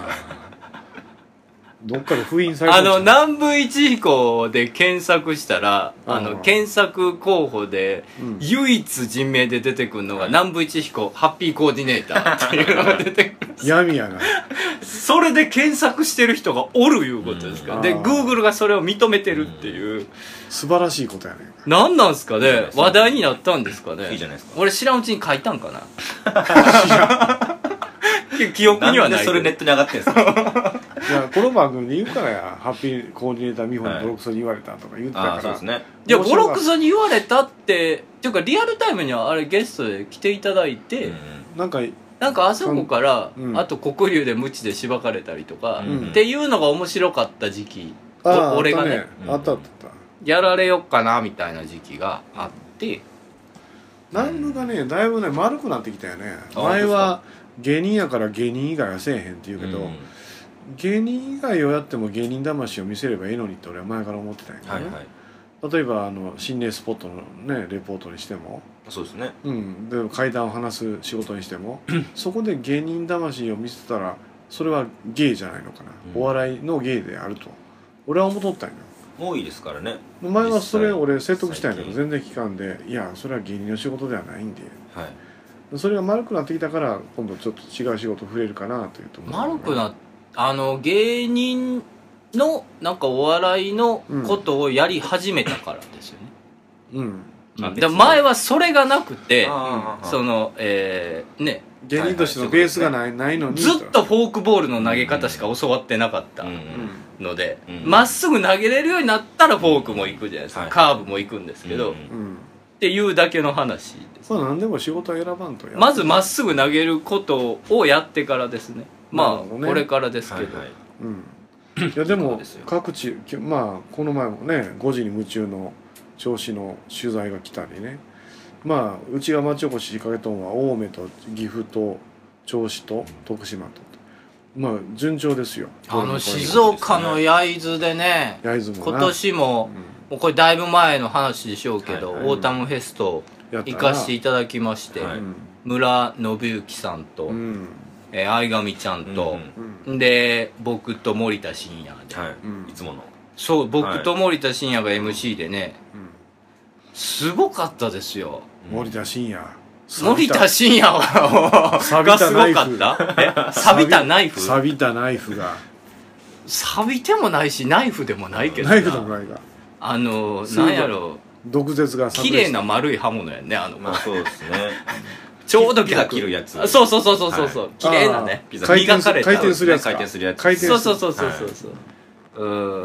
[SPEAKER 1] どっかで封印され
[SPEAKER 2] あ
[SPEAKER 1] る
[SPEAKER 2] の南部一彦で検索したら
[SPEAKER 1] うん
[SPEAKER 2] あの検索候補で
[SPEAKER 1] うん
[SPEAKER 2] 唯一人名で出てくるのが南部一彦ハッピーコーディネーターっていうのが出てくる
[SPEAKER 1] 闇やな
[SPEAKER 2] それで検索してる人がおるいうことですか
[SPEAKER 1] う
[SPEAKER 2] ら
[SPEAKER 1] ん
[SPEAKER 2] で
[SPEAKER 1] あー
[SPEAKER 2] Google がそれを認めてるっていう
[SPEAKER 1] 素晴らしいことやねん
[SPEAKER 2] 何なんすかね
[SPEAKER 3] うん
[SPEAKER 2] 話題になったんですかね
[SPEAKER 3] いいじゃないですか
[SPEAKER 2] 俺知らんうちに書いたんか な記記憶に
[SPEAKER 3] な
[SPEAKER 2] は
[SPEAKER 3] んで
[SPEAKER 2] ないけ
[SPEAKER 3] そ
[SPEAKER 2] ど
[SPEAKER 3] れネットに上がってんすか
[SPEAKER 1] いやこの番組で言うからやハッピーコーディネーター美穂にボロクソに言われたとか言ってた
[SPEAKER 3] あ
[SPEAKER 1] か
[SPEAKER 3] あそう
[SPEAKER 1] ら
[SPEAKER 3] ですね
[SPEAKER 2] いや
[SPEAKER 1] 面
[SPEAKER 2] ボ
[SPEAKER 1] 白か
[SPEAKER 2] ロ
[SPEAKER 1] った
[SPEAKER 2] クソに言われたってっていうかリアルタイムにはあれゲストで来ていただいて、
[SPEAKER 3] うん
[SPEAKER 1] なんか
[SPEAKER 2] なんかあそこから、
[SPEAKER 1] うん
[SPEAKER 2] あと黒龍で無知でしばかれたりとか、
[SPEAKER 3] うん
[SPEAKER 2] っていうのが面白かった時期
[SPEAKER 1] ああ
[SPEAKER 2] お俺がね
[SPEAKER 1] あったねあったあったあっ
[SPEAKER 2] やられよっかなみたいな時期があって
[SPEAKER 1] た南部がねだいぶね丸くなってきたよね
[SPEAKER 3] あ
[SPEAKER 1] 前は芸人やから芸人以外はせえへんって言うけど、
[SPEAKER 3] うん
[SPEAKER 1] 芸人以外をやっても芸人魂を見せればいいのにって俺は前から思ってたんやけど
[SPEAKER 3] は
[SPEAKER 1] ね、
[SPEAKER 3] いはい
[SPEAKER 1] 例えばあの心霊スポットのねレポートにしても、
[SPEAKER 3] そうですね
[SPEAKER 1] うん、で階段を話す仕事にして もそこで芸人魂を見せたらそれは芸じゃないのかな、
[SPEAKER 3] うん
[SPEAKER 1] お笑いの芸であると俺は思っとったんよ
[SPEAKER 3] 多いですからね
[SPEAKER 1] 前はそれ
[SPEAKER 3] 実際
[SPEAKER 1] 俺説得したんやけど
[SPEAKER 3] 最
[SPEAKER 1] 全然聞かんでいやそれは芸人の仕事ではないんで
[SPEAKER 3] はい
[SPEAKER 1] それが丸くなってきたから今度ちょっと違う仕事増えるかなというところ
[SPEAKER 2] 丸くなあの芸人のなんかお笑いのことをやり始めたからですよね、
[SPEAKER 1] うん
[SPEAKER 3] うん
[SPEAKER 2] で前はそれがなくて
[SPEAKER 3] ああ
[SPEAKER 2] そのえーね
[SPEAKER 1] 芸人としてのベースがない,、ないのに
[SPEAKER 2] ずっとフォークボールの投げ方しか教わってなかった
[SPEAKER 3] うんうん
[SPEAKER 2] ので
[SPEAKER 3] うん
[SPEAKER 2] ま、っすぐ投げれるようになったらフォークも行くじゃないですか、
[SPEAKER 3] はい
[SPEAKER 2] カーブも行くんですけど、
[SPEAKER 3] うん
[SPEAKER 2] っ
[SPEAKER 1] うん、うん
[SPEAKER 2] ていうだけの話です
[SPEAKER 1] まあ何でも仕事は選ばんとや
[SPEAKER 2] まずまっすぐ投げることをやってからです
[SPEAKER 1] な
[SPEAKER 2] ね
[SPEAKER 1] る
[SPEAKER 2] ま
[SPEAKER 1] ほ
[SPEAKER 2] あ
[SPEAKER 1] どね
[SPEAKER 2] これからです
[SPEAKER 3] は
[SPEAKER 2] け
[SPEAKER 3] い
[SPEAKER 2] ど、
[SPEAKER 3] はい
[SPEAKER 1] うん、いやで
[SPEAKER 3] そう
[SPEAKER 1] も
[SPEAKER 3] ですよ
[SPEAKER 1] 各地きまあこの前もね5時に夢中の調子の取材が来たりねまあうちが町おこし仕掛けとんは青梅と岐阜と銚子と徳島とまあ順調ですよ
[SPEAKER 2] あの静岡の焼津でね
[SPEAKER 1] 焼津も
[SPEAKER 2] 今
[SPEAKER 1] な
[SPEAKER 2] 年ももうこれだいぶ前の話でしょうけど、
[SPEAKER 3] はい
[SPEAKER 1] はい
[SPEAKER 2] オータムフェスト
[SPEAKER 1] やった
[SPEAKER 2] 行
[SPEAKER 1] な
[SPEAKER 2] かしていただきまして、
[SPEAKER 3] はい
[SPEAKER 2] 村信之さんと、
[SPEAKER 1] うん
[SPEAKER 2] えー相上ちゃん
[SPEAKER 3] う
[SPEAKER 2] と
[SPEAKER 3] ん、
[SPEAKER 1] うん
[SPEAKER 2] で僕と森田深也で、
[SPEAKER 3] はい、
[SPEAKER 1] うん
[SPEAKER 3] いつもの
[SPEAKER 2] そう僕と森田深也が MC でね、
[SPEAKER 1] うん
[SPEAKER 2] すごかったですよ
[SPEAKER 1] 森田深夜
[SPEAKER 2] 森田深也は
[SPEAKER 1] 錆び
[SPEAKER 2] が
[SPEAKER 1] た
[SPEAKER 2] すご
[SPEAKER 1] ナイフ
[SPEAKER 2] かったえ錆びたナイフ錆
[SPEAKER 1] 錆びたナイフが
[SPEAKER 2] びてもないしナイフでもないけど
[SPEAKER 1] ナイフの
[SPEAKER 2] な
[SPEAKER 1] ぐらいが
[SPEAKER 2] あの
[SPEAKER 1] すごい
[SPEAKER 2] なんやろ
[SPEAKER 1] 毒舌が炸裂
[SPEAKER 2] 綺麗な丸い刃物やねあの子
[SPEAKER 3] まあそうですね
[SPEAKER 2] ちょうど
[SPEAKER 3] ピザ切るやつ
[SPEAKER 2] あそうそうそうそうそうそう、
[SPEAKER 3] は
[SPEAKER 2] 綺麗なね
[SPEAKER 1] あー
[SPEAKER 3] ピザ
[SPEAKER 1] 回
[SPEAKER 2] 磨
[SPEAKER 1] 転す
[SPEAKER 2] かれ
[SPEAKER 1] る
[SPEAKER 2] た
[SPEAKER 1] 回転するやつか
[SPEAKER 3] 回転するやつ
[SPEAKER 1] 回転す
[SPEAKER 2] そ
[SPEAKER 1] る
[SPEAKER 2] うそうそうそうそうそう、う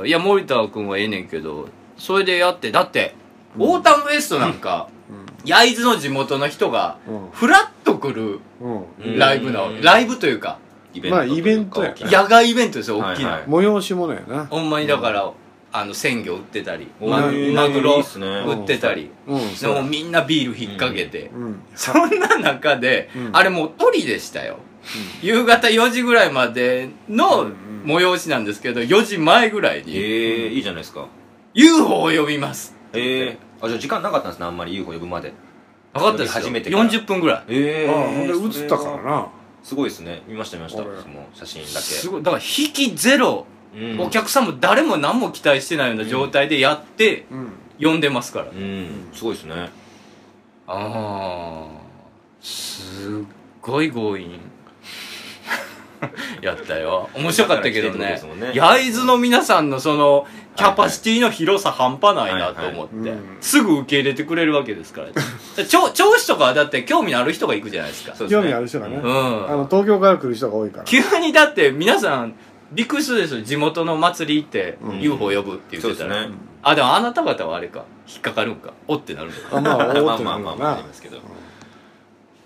[SPEAKER 2] んいや森田君はええねんけどそれでやってだってオータムウエストなんか、焼津の地元の人が
[SPEAKER 1] うん
[SPEAKER 2] フラッと来る
[SPEAKER 1] うん
[SPEAKER 3] うん
[SPEAKER 2] ライブなわけライブというか
[SPEAKER 3] イベントというか
[SPEAKER 1] まあイベントや
[SPEAKER 3] 大きな
[SPEAKER 2] 野外イベントですよ
[SPEAKER 3] はい
[SPEAKER 2] 大きな、
[SPEAKER 3] はい
[SPEAKER 1] 催し物やな
[SPEAKER 2] ほんまにだから、あの鮮魚売ってたり
[SPEAKER 3] おー
[SPEAKER 2] マグマ
[SPEAKER 3] い
[SPEAKER 2] グ
[SPEAKER 3] い
[SPEAKER 2] ロ
[SPEAKER 3] っすね
[SPEAKER 2] 売ってたり
[SPEAKER 1] うん
[SPEAKER 2] で
[SPEAKER 1] そう
[SPEAKER 2] もみんなビール引っ掛けて、
[SPEAKER 1] うん
[SPEAKER 2] そんな中で、
[SPEAKER 1] うん
[SPEAKER 2] あれもう鳥でしたよ、夕方4時ぐらいまで
[SPEAKER 1] う
[SPEAKER 2] の
[SPEAKER 1] んうん
[SPEAKER 2] 催しなんですけど4時前ぐらいに
[SPEAKER 3] ええいいじゃないですか
[SPEAKER 2] UFO を呼びます
[SPEAKER 3] ええあじゃあ時間なかったんですねあんまり UFO 呼ぶまで
[SPEAKER 2] 分かったですよ
[SPEAKER 3] 初めてから
[SPEAKER 2] 40分ぐらい
[SPEAKER 3] ええ
[SPEAKER 1] ああほんで映ったからな
[SPEAKER 3] すごいですね見ました見ました
[SPEAKER 1] あれ
[SPEAKER 3] その写真だ
[SPEAKER 2] す
[SPEAKER 3] け
[SPEAKER 2] ごいだから引きゼロ、
[SPEAKER 3] うん
[SPEAKER 2] お客さんも誰も何も期待してないような状態でやって
[SPEAKER 1] うん
[SPEAKER 2] 呼んでますから、
[SPEAKER 3] うんすごいですね
[SPEAKER 2] ああすっごい強引 やったよ面白かったけどね
[SPEAKER 3] だから来てるってことですもんね
[SPEAKER 2] 焼津の皆さんのそのキャパシティの広さ半端ないなと思って、
[SPEAKER 1] はいはいうん
[SPEAKER 2] すぐ受け入れてくれるわけですから 調調子とかはだって興味のある人が行くじゃないですか
[SPEAKER 3] そうですね
[SPEAKER 1] 興味ある人がね、
[SPEAKER 2] う
[SPEAKER 1] あ
[SPEAKER 2] ん
[SPEAKER 1] の東京から来る人が多いから
[SPEAKER 2] 急にだって皆さんびっくりするでしょ地元の祭り行って
[SPEAKER 1] うん
[SPEAKER 2] UFO 呼ぶって言
[SPEAKER 3] そう
[SPEAKER 2] っ
[SPEAKER 3] で
[SPEAKER 2] てた
[SPEAKER 3] す
[SPEAKER 2] ら、
[SPEAKER 3] ね
[SPEAKER 2] あでもあなた方はあれか引っかかるんかおってなるのか
[SPEAKER 1] あ まあ
[SPEAKER 3] まあ
[SPEAKER 1] 大
[SPEAKER 3] まあ
[SPEAKER 1] 手
[SPEAKER 3] ま
[SPEAKER 1] な
[SPEAKER 3] あ
[SPEAKER 1] の
[SPEAKER 3] ま
[SPEAKER 1] か
[SPEAKER 3] あまああ
[SPEAKER 1] な
[SPEAKER 3] りますけど
[SPEAKER 2] い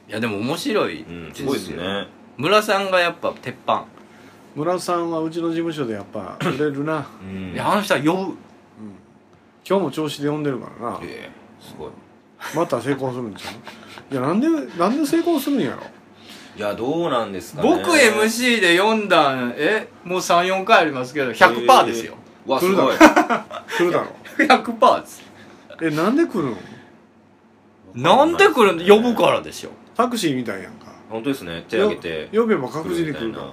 [SPEAKER 2] やでも面白い、
[SPEAKER 3] うんすごいですね
[SPEAKER 2] 村さんがやっぱ鉄板、
[SPEAKER 1] 村さんはうちの事務所でやっぱ売れるな、
[SPEAKER 3] うん
[SPEAKER 2] いやあの人は呼ぶ
[SPEAKER 1] うん今日も調子で呼んでるからな
[SPEAKER 3] ええすごい
[SPEAKER 1] また成功するんじゃういやなんでなんで成功するんやろ
[SPEAKER 3] いやどうなんですかね
[SPEAKER 2] 僕 MC で読んだんえもう34回ありますけど100%で すよ、
[SPEAKER 3] うわ
[SPEAKER 1] 来
[SPEAKER 3] す
[SPEAKER 1] るだ
[SPEAKER 3] ご
[SPEAKER 1] ろ
[SPEAKER 3] い
[SPEAKER 1] 来るだろ
[SPEAKER 2] 100%です
[SPEAKER 1] えなんで来るの
[SPEAKER 2] なんでこれ呼ぶからでしょ
[SPEAKER 1] タクシーみたいやんか
[SPEAKER 3] 本当ですね手挙げて
[SPEAKER 1] 呼べば確実に来るから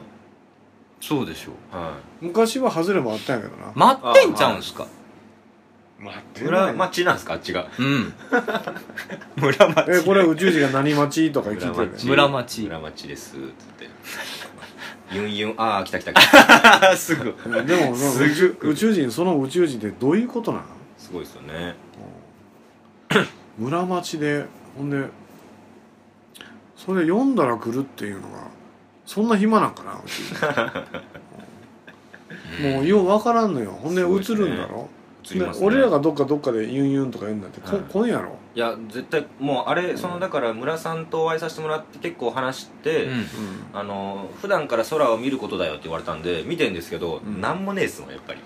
[SPEAKER 2] そうでしょ
[SPEAKER 3] は
[SPEAKER 1] 昔は外れもあったんやけどな
[SPEAKER 2] 待ってんちゃうんすか、
[SPEAKER 1] 待っ
[SPEAKER 3] い裏町なんですかあっちが
[SPEAKER 2] うん 村町
[SPEAKER 1] えこれ宇宙人が何町とか聞いてる ね
[SPEAKER 2] 村町
[SPEAKER 3] 村町ですって言ってユンユンああ来た来た来た
[SPEAKER 2] すぐ
[SPEAKER 1] でもその宇宙宇宙人その宇宙人ってどういうことなの
[SPEAKER 3] すごいですよね
[SPEAKER 1] 村町でほんでそれ読んだら来るっていうのがそんな暇なんかなうちもうよう分からんのよほんです
[SPEAKER 3] ごいです
[SPEAKER 1] 映
[SPEAKER 3] ね
[SPEAKER 1] るんだろ、
[SPEAKER 3] 映り
[SPEAKER 1] で
[SPEAKER 3] ますね
[SPEAKER 1] 俺らがどっかどっかでユンユンとか言うんだって、こ
[SPEAKER 3] はい
[SPEAKER 1] こんやろ
[SPEAKER 3] いや絶対もうあれそのだから村さんとお会いさせてもらって結構話して、
[SPEAKER 2] うん
[SPEAKER 3] あの普段から空を見ることだよって言われたんで見てんですけど、
[SPEAKER 1] ん
[SPEAKER 3] なんもねえっすもんやっぱり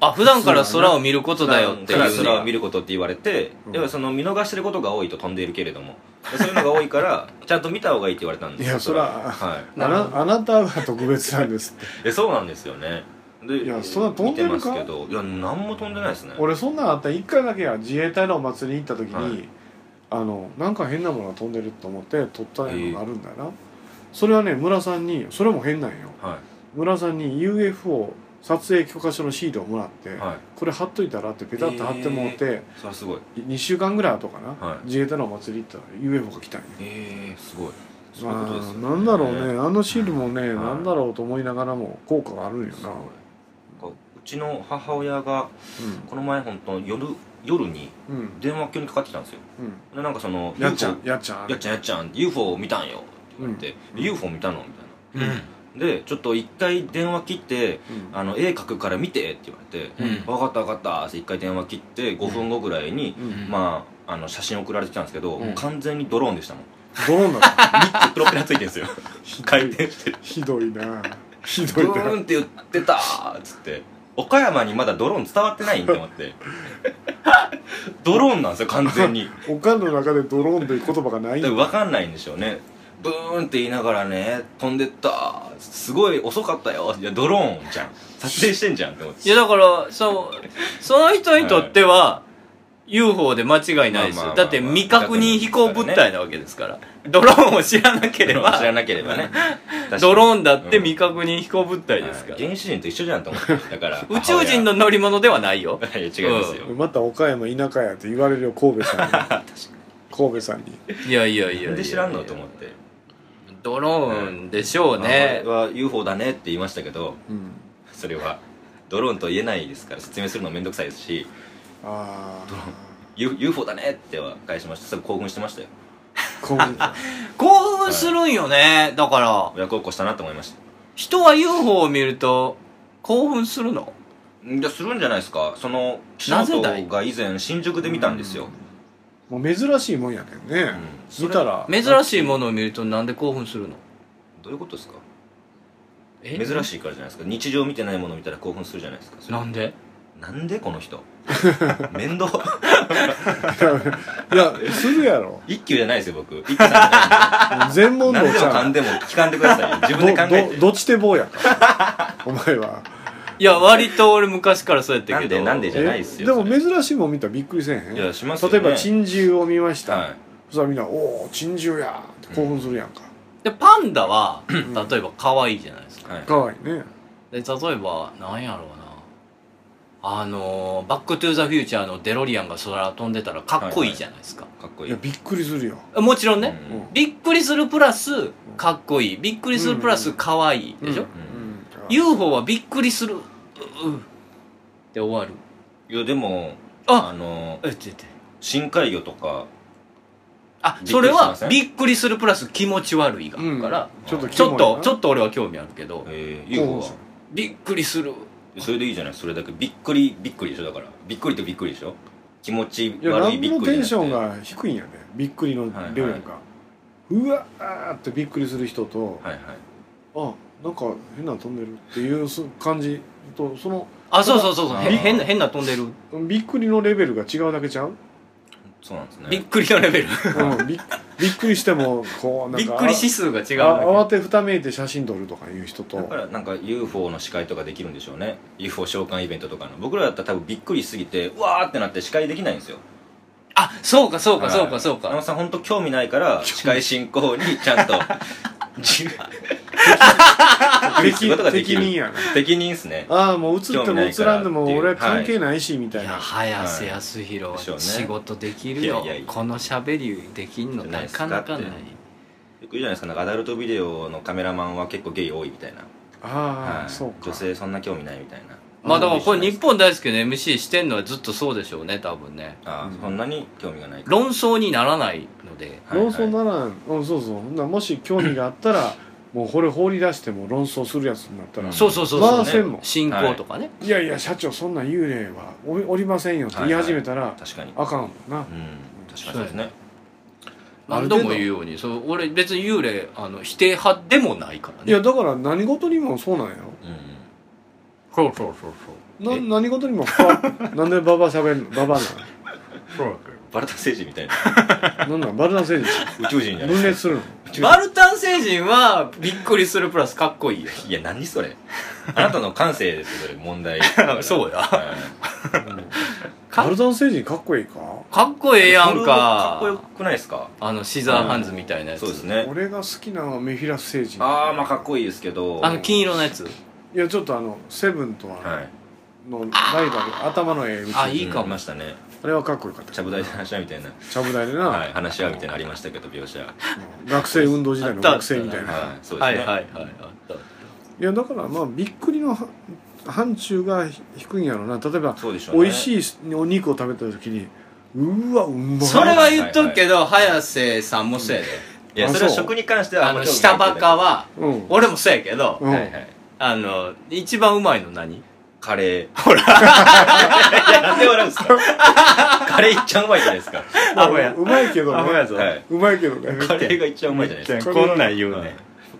[SPEAKER 2] あ普段から空を見ることだよってい
[SPEAKER 3] 普段
[SPEAKER 2] うね
[SPEAKER 3] から空を見ることって言われて、
[SPEAKER 1] うん
[SPEAKER 3] 要はその見逃してることが多いと飛んでいるけれどもそういうのが多いから ちゃんと見た方がいいって言われたんです
[SPEAKER 1] いやそら
[SPEAKER 3] は
[SPEAKER 1] あなあ なたが特別なんですって
[SPEAKER 3] いえそうなんですよねで
[SPEAKER 1] いやそら飛んでるか
[SPEAKER 3] 見てますけどいや何も飛んでないですね
[SPEAKER 1] 俺そんなんあったら一回だけや自衛隊のお祭りに行った時に、
[SPEAKER 3] はい
[SPEAKER 1] あのなんか変なものが飛んでると思って撮ったのがあるんだよな、それはね村さんにそれも変なんよ
[SPEAKER 3] は
[SPEAKER 1] 村さんに UFO 撮影許可書のシールをもらって、
[SPEAKER 3] いはい
[SPEAKER 1] これ貼っといたらってペタッと貼ってもらって、
[SPEAKER 3] それはすごい
[SPEAKER 1] 2週間ぐらい後かな、
[SPEAKER 3] はい
[SPEAKER 1] 自衛隊のお祭り行ったら UFO が来たんよ
[SPEAKER 3] ええすごいそういうこと
[SPEAKER 1] ま
[SPEAKER 3] です
[SPEAKER 1] あ
[SPEAKER 3] よね
[SPEAKER 1] なんだろうねあのシールもね、
[SPEAKER 3] い
[SPEAKER 1] なんだろうと思いながらも効果があるんよ
[SPEAKER 3] す
[SPEAKER 1] な、
[SPEAKER 3] ごい
[SPEAKER 1] うん
[SPEAKER 3] なんかうちの母親がこの前本当夜夜に
[SPEAKER 1] うん
[SPEAKER 3] 電話急にかかってきたんですよ
[SPEAKER 1] う
[SPEAKER 3] でなんかその
[SPEAKER 1] ん、やっちゃん
[SPEAKER 3] UFO
[SPEAKER 1] やっちゃん
[SPEAKER 3] やっちゃんやっちゃん UFO 見たんよって言われて、
[SPEAKER 1] うん
[SPEAKER 3] UFO 見たのみたい
[SPEAKER 2] うん
[SPEAKER 3] なでちょっと一回電話切って
[SPEAKER 1] うん
[SPEAKER 3] あの絵描くから見てって言われて「
[SPEAKER 2] うん
[SPEAKER 3] 分かった分かった」って一回電話切って5分後ぐらいに、
[SPEAKER 1] うん
[SPEAKER 3] まああの写真送られてきたんですけど、
[SPEAKER 2] うん
[SPEAKER 3] 完全にドローンでしたもん
[SPEAKER 1] ドローンだった
[SPEAKER 3] プロペラついてるんですよ回転して
[SPEAKER 1] ひどいなひど
[SPEAKER 3] ブ
[SPEAKER 1] いな
[SPEAKER 3] ーンって言ってたーっつって岡山にまだドローン伝わってないんって思って ドローンなんですよ完全に
[SPEAKER 1] 岡の中でドローンという言葉がないんだ
[SPEAKER 3] 多分分かんないんでしょうねブーンって言いながらね飛んでったーすごい遅かったよいやドローンじゃん撮影してんじゃんって思っ
[SPEAKER 2] い
[SPEAKER 3] て
[SPEAKER 2] やだからそうその人にとっては、UFO で間違いないです
[SPEAKER 3] まあまあま
[SPEAKER 2] よ
[SPEAKER 3] あ
[SPEAKER 2] だって未確認飛行物体なわけですからドローンを知らなければ
[SPEAKER 3] 知らなければね
[SPEAKER 2] ド
[SPEAKER 3] ーン
[SPEAKER 2] ローンだって未確認飛行物体ですから、
[SPEAKER 3] 原始人と一緒じゃんと思ってだから
[SPEAKER 2] 宇宙人の乗り物ではないよ
[SPEAKER 3] 母親いや違いますよ、
[SPEAKER 1] また岡山田舎やって言われるよ神戸さんに 神戸さんに
[SPEAKER 2] いやいやいやいや
[SPEAKER 3] なんで知らんのと思って
[SPEAKER 2] ドローンでしょうね
[SPEAKER 3] 母親は UFO だねって言いましたけど
[SPEAKER 1] うん
[SPEAKER 3] それはドローンと言えないですから説明するのめんどくさいですし
[SPEAKER 1] あ
[SPEAKER 3] 「U- UFO だね」っては返しましたすごい興奮してましたよ
[SPEAKER 1] あ神戸さん
[SPEAKER 2] 興奮するんよねだから
[SPEAKER 3] 親孝行したなと思いました
[SPEAKER 2] 人は UFO を見ると興奮するの
[SPEAKER 3] じゃするんじゃないですかその岸
[SPEAKER 2] なぜ
[SPEAKER 3] 本
[SPEAKER 2] だい
[SPEAKER 3] が以前新宿で見たんですよ、
[SPEAKER 1] もう珍しいもんやけんね
[SPEAKER 3] うん、そ
[SPEAKER 1] 見
[SPEAKER 3] れ
[SPEAKER 1] たら
[SPEAKER 2] 珍しいものを見るとなんで興奮するの
[SPEAKER 3] どういうことですか
[SPEAKER 2] え
[SPEAKER 3] 珍しいからじゃないですか日常見てないもの見たら興奮するじゃないですかそれ
[SPEAKER 2] なんで
[SPEAKER 3] なんでこ の人面倒
[SPEAKER 1] いやするやろ
[SPEAKER 3] 一休じゃないですよ 僕一休さ
[SPEAKER 1] 全問
[SPEAKER 3] んじ
[SPEAKER 1] 答
[SPEAKER 3] ゃないんで何で
[SPEAKER 1] ちゃうん
[SPEAKER 3] もかでも聞かんでくださいよ自分で考え
[SPEAKER 1] ど
[SPEAKER 3] て
[SPEAKER 1] どどっち手棒やから お前はい
[SPEAKER 2] や割と俺昔からそうやったけ
[SPEAKER 3] な
[SPEAKER 2] ど
[SPEAKER 3] んでなんでじゃないっすよ
[SPEAKER 1] で
[SPEAKER 3] そ
[SPEAKER 1] も
[SPEAKER 3] れ
[SPEAKER 1] 珍しいもん見たらびっくりせえへん
[SPEAKER 3] いやしますよ
[SPEAKER 1] 例
[SPEAKER 3] ね
[SPEAKER 1] えば珍獣を見ました、
[SPEAKER 3] はい
[SPEAKER 1] そしたらみんな「おお珍獣や!」って興奮するやんか、
[SPEAKER 7] でパンダは例えば可愛いじゃないですか
[SPEAKER 3] はい
[SPEAKER 1] かわいいね
[SPEAKER 7] で例えばなんやろうなあのー「バック・トゥ・ザ・フューチャー」のデロリアンが空飛んでたらかっこいいじゃないですか、
[SPEAKER 3] かっこい
[SPEAKER 1] い
[SPEAKER 3] い
[SPEAKER 1] やびっくりするよ
[SPEAKER 7] もちろんね、
[SPEAKER 3] うん
[SPEAKER 7] びっくりするプラスかっこいいびっくりするプラス可愛いでし
[SPEAKER 1] う
[SPEAKER 7] ょ、
[SPEAKER 1] んうん
[SPEAKER 7] UFO はびっくりするううって終わる
[SPEAKER 3] いやでも
[SPEAKER 7] あ
[SPEAKER 3] あの
[SPEAKER 7] えって言って
[SPEAKER 3] 深海魚とか
[SPEAKER 7] あ
[SPEAKER 3] びっくりし
[SPEAKER 7] それは
[SPEAKER 3] ません
[SPEAKER 7] びっくりするプラス気持ち悪いがあるから、
[SPEAKER 1] ちょっと
[SPEAKER 7] ちょっとちょ
[SPEAKER 1] っ
[SPEAKER 7] っと俺は興味あるけど、
[SPEAKER 3] えー UFO は
[SPEAKER 1] そう
[SPEAKER 7] びっくりする
[SPEAKER 3] それでいいじゃないそれだけびっくりびっくりでしょだからびっくりとびっくりでしょ気持ち
[SPEAKER 1] いや
[SPEAKER 3] 悪い
[SPEAKER 1] 何
[SPEAKER 3] びっ
[SPEAKER 1] の
[SPEAKER 3] くり
[SPEAKER 1] テ
[SPEAKER 3] じゃなく
[SPEAKER 1] ンシ
[SPEAKER 3] て
[SPEAKER 1] ョンが低いんやねびっくりのレベルが、うわーってびっくりする人と、
[SPEAKER 3] はいはい
[SPEAKER 1] あなんか変なの飛んでるっていうそ感じとその
[SPEAKER 7] あそうそうそうそう
[SPEAKER 3] あ
[SPEAKER 7] へ
[SPEAKER 3] ー
[SPEAKER 7] 変な変な飛んでる、
[SPEAKER 1] びっくりのレベルが違うだけちゃう、
[SPEAKER 3] そうなんですね
[SPEAKER 7] びっくりのレベル
[SPEAKER 1] うん、 びっびっくりしてもこうなんか
[SPEAKER 7] びっくり指数が違う
[SPEAKER 1] あ
[SPEAKER 7] だ
[SPEAKER 1] 慌てふためいて写真撮るとかいう人と
[SPEAKER 3] だからなんか UFO の司会とかできるんでしょうね UFO 召喚イベントとかの僕らだったら多分びっくりしすぎてうわーってなって司会できないんですよ
[SPEAKER 7] けあそうかそうか
[SPEAKER 3] はい
[SPEAKER 7] そうかそう
[SPEAKER 3] 山
[SPEAKER 7] か
[SPEAKER 3] 本さん本当興味ないから司会進行にち ゃんと自分びっくりす
[SPEAKER 1] 敵
[SPEAKER 3] ることができ
[SPEAKER 1] 敵
[SPEAKER 3] る
[SPEAKER 1] 人やな
[SPEAKER 3] 責任ですね
[SPEAKER 1] ああもう映って
[SPEAKER 3] 興味
[SPEAKER 1] も
[SPEAKER 3] な
[SPEAKER 1] 映
[SPEAKER 3] いからら
[SPEAKER 1] んで
[SPEAKER 3] っていう
[SPEAKER 1] も俺は関係ないしみた
[SPEAKER 7] い
[SPEAKER 1] い
[SPEAKER 7] や
[SPEAKER 1] な
[SPEAKER 7] 早瀬康弘
[SPEAKER 3] はい
[SPEAKER 7] は
[SPEAKER 3] でしょうね
[SPEAKER 7] 仕事できる
[SPEAKER 3] い
[SPEAKER 7] よ
[SPEAKER 3] やいやいや
[SPEAKER 7] このしゃべりできんの
[SPEAKER 3] じゃない
[SPEAKER 7] な
[SPEAKER 3] です
[SPEAKER 7] か
[SPEAKER 3] か
[SPEAKER 7] なかない
[SPEAKER 3] ってよく言うじゃないですかなんかアダルトビデオのカメラマンは結構ゲイ多いみたいな、
[SPEAKER 1] ああ、
[SPEAKER 3] はい
[SPEAKER 1] そうか
[SPEAKER 3] 女性そんな興味ないみたいな
[SPEAKER 7] まあだからこれ
[SPEAKER 3] びっくり
[SPEAKER 7] 日本大好きの MC してんのはずっとそうでしょうね多分ね
[SPEAKER 3] あー、そんなに興味がない
[SPEAKER 7] 論争にならないので
[SPEAKER 3] はい
[SPEAKER 1] 論争ならん、うんそうそうほんならもし興味があったらもうこれ放り出しても論争するやつになったら、
[SPEAKER 3] うん
[SPEAKER 7] そうそうそうそう、
[SPEAKER 1] 回せんもん
[SPEAKER 7] 進行とかね、
[SPEAKER 1] いやいや社長そんな幽霊はおりおりませんよって言い始めたら、
[SPEAKER 3] 確かに
[SPEAKER 1] あかんもんな
[SPEAKER 3] うん確かにそうですね
[SPEAKER 7] 何度も言うようにそう俺別に幽霊あの否定派でもないから
[SPEAKER 1] い
[SPEAKER 7] ね
[SPEAKER 1] やだから何事にもそうなんやろ
[SPEAKER 3] うんうん
[SPEAKER 7] そうそうそう
[SPEAKER 1] な
[SPEAKER 3] え
[SPEAKER 1] 何事にもふわなんでババ喋るのババ
[SPEAKER 3] バルタ星人みたいな
[SPEAKER 1] なのなんなんバルナ星人
[SPEAKER 3] 宇宙人じゃない
[SPEAKER 1] 分
[SPEAKER 3] で
[SPEAKER 1] 裂
[SPEAKER 3] すか
[SPEAKER 1] するの
[SPEAKER 7] バルタン星人はびっくりするプラスかっこいいよ
[SPEAKER 3] いや何それあなたの感性ですよそれ問題
[SPEAKER 7] そうや
[SPEAKER 3] はい
[SPEAKER 7] か
[SPEAKER 1] バルナ星人かっこいいか
[SPEAKER 7] かっこええや
[SPEAKER 3] そ
[SPEAKER 7] ん
[SPEAKER 3] れ
[SPEAKER 7] か
[SPEAKER 3] かっこよくないですか
[SPEAKER 7] あのシザーハンズみたいなやつ、
[SPEAKER 3] そうですね
[SPEAKER 1] 俺が好きなのはメフィラス星人
[SPEAKER 3] ああまあかっこいいですけど
[SPEAKER 7] あの金色のやつ
[SPEAKER 1] いやちょっとあのセブンと
[SPEAKER 3] は
[SPEAKER 1] はいのライバル頭の絵みたいな
[SPEAKER 7] あいいかも
[SPEAKER 3] うんましたね
[SPEAKER 1] あれはかっこよかった
[SPEAKER 3] ちゃぶ台で話し合うみたいな
[SPEAKER 1] ちゃぶ台でな、
[SPEAKER 3] はい話し合うみたいなのありましたけど描写は
[SPEAKER 1] 学生運動時代の学生みたいな、
[SPEAKER 3] いそう
[SPEAKER 7] は
[SPEAKER 3] で
[SPEAKER 7] い
[SPEAKER 3] す
[SPEAKER 7] は
[SPEAKER 3] ね
[SPEAKER 7] いはいあった
[SPEAKER 1] いやだからまあびっくりのは範疇が低いんやろな例えば
[SPEAKER 3] そうでしょうね
[SPEAKER 1] 美味しいお肉を食べた時にうわうまい
[SPEAKER 7] それは言っとくけど、早瀬さんもそうや
[SPEAKER 3] い
[SPEAKER 7] で、
[SPEAKER 3] やそれは食に関しては
[SPEAKER 7] あの下バカ
[SPEAKER 3] は
[SPEAKER 7] は
[SPEAKER 1] うん
[SPEAKER 7] 俺もそうやけど、
[SPEAKER 1] うん
[SPEAKER 3] はいはい
[SPEAKER 7] あの一番うまいの何
[SPEAKER 3] カレーほ らなんで笑うんですかカレーいっちゃうまいじゃないですか
[SPEAKER 1] まあ
[SPEAKER 7] アホや
[SPEAKER 1] うまいけど
[SPEAKER 7] アホや
[SPEAKER 1] ね
[SPEAKER 7] ぞ、
[SPEAKER 3] はいう
[SPEAKER 1] まいけどね
[SPEAKER 3] カレーがいっちゃうまいじゃないですか
[SPEAKER 1] こん
[SPEAKER 7] なん言
[SPEAKER 3] はい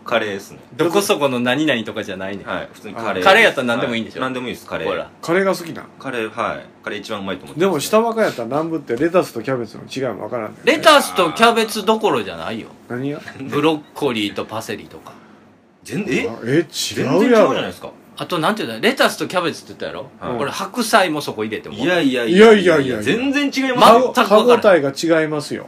[SPEAKER 3] カレーですね
[SPEAKER 7] どこそこの何々とかじゃないねん、
[SPEAKER 3] はい普通にカレー
[SPEAKER 7] カレーやったら何でもいいんでしょ
[SPEAKER 3] は何でもいいですカレー
[SPEAKER 7] ほら
[SPEAKER 1] カレーが好きな
[SPEAKER 3] カレーはいカレー一番うまいと思って
[SPEAKER 1] でも下
[SPEAKER 3] は
[SPEAKER 1] ばかやったら南部ってレタスとキャベツの違いもわからんね
[SPEAKER 7] レタスとキャベツどころじゃないよ
[SPEAKER 1] 何やあ
[SPEAKER 7] ブロッコリーとパセリとか
[SPEAKER 3] 全
[SPEAKER 1] え
[SPEAKER 3] え
[SPEAKER 1] 違
[SPEAKER 3] 全然違
[SPEAKER 1] う
[SPEAKER 3] うじ
[SPEAKER 1] や
[SPEAKER 3] ゃ
[SPEAKER 1] ろ
[SPEAKER 3] ないですか
[SPEAKER 7] あとなんていうのレタスとキャベツって言ったやろ、
[SPEAKER 3] はい
[SPEAKER 7] 俺白菜もそこ入れても
[SPEAKER 3] いやいや
[SPEAKER 1] いやいやいやいや
[SPEAKER 3] 全然違います
[SPEAKER 7] 全
[SPEAKER 3] よ
[SPEAKER 7] く
[SPEAKER 1] 歯
[SPEAKER 7] 分か
[SPEAKER 1] ご
[SPEAKER 7] ら
[SPEAKER 1] た
[SPEAKER 7] ん
[SPEAKER 1] えが違いますよ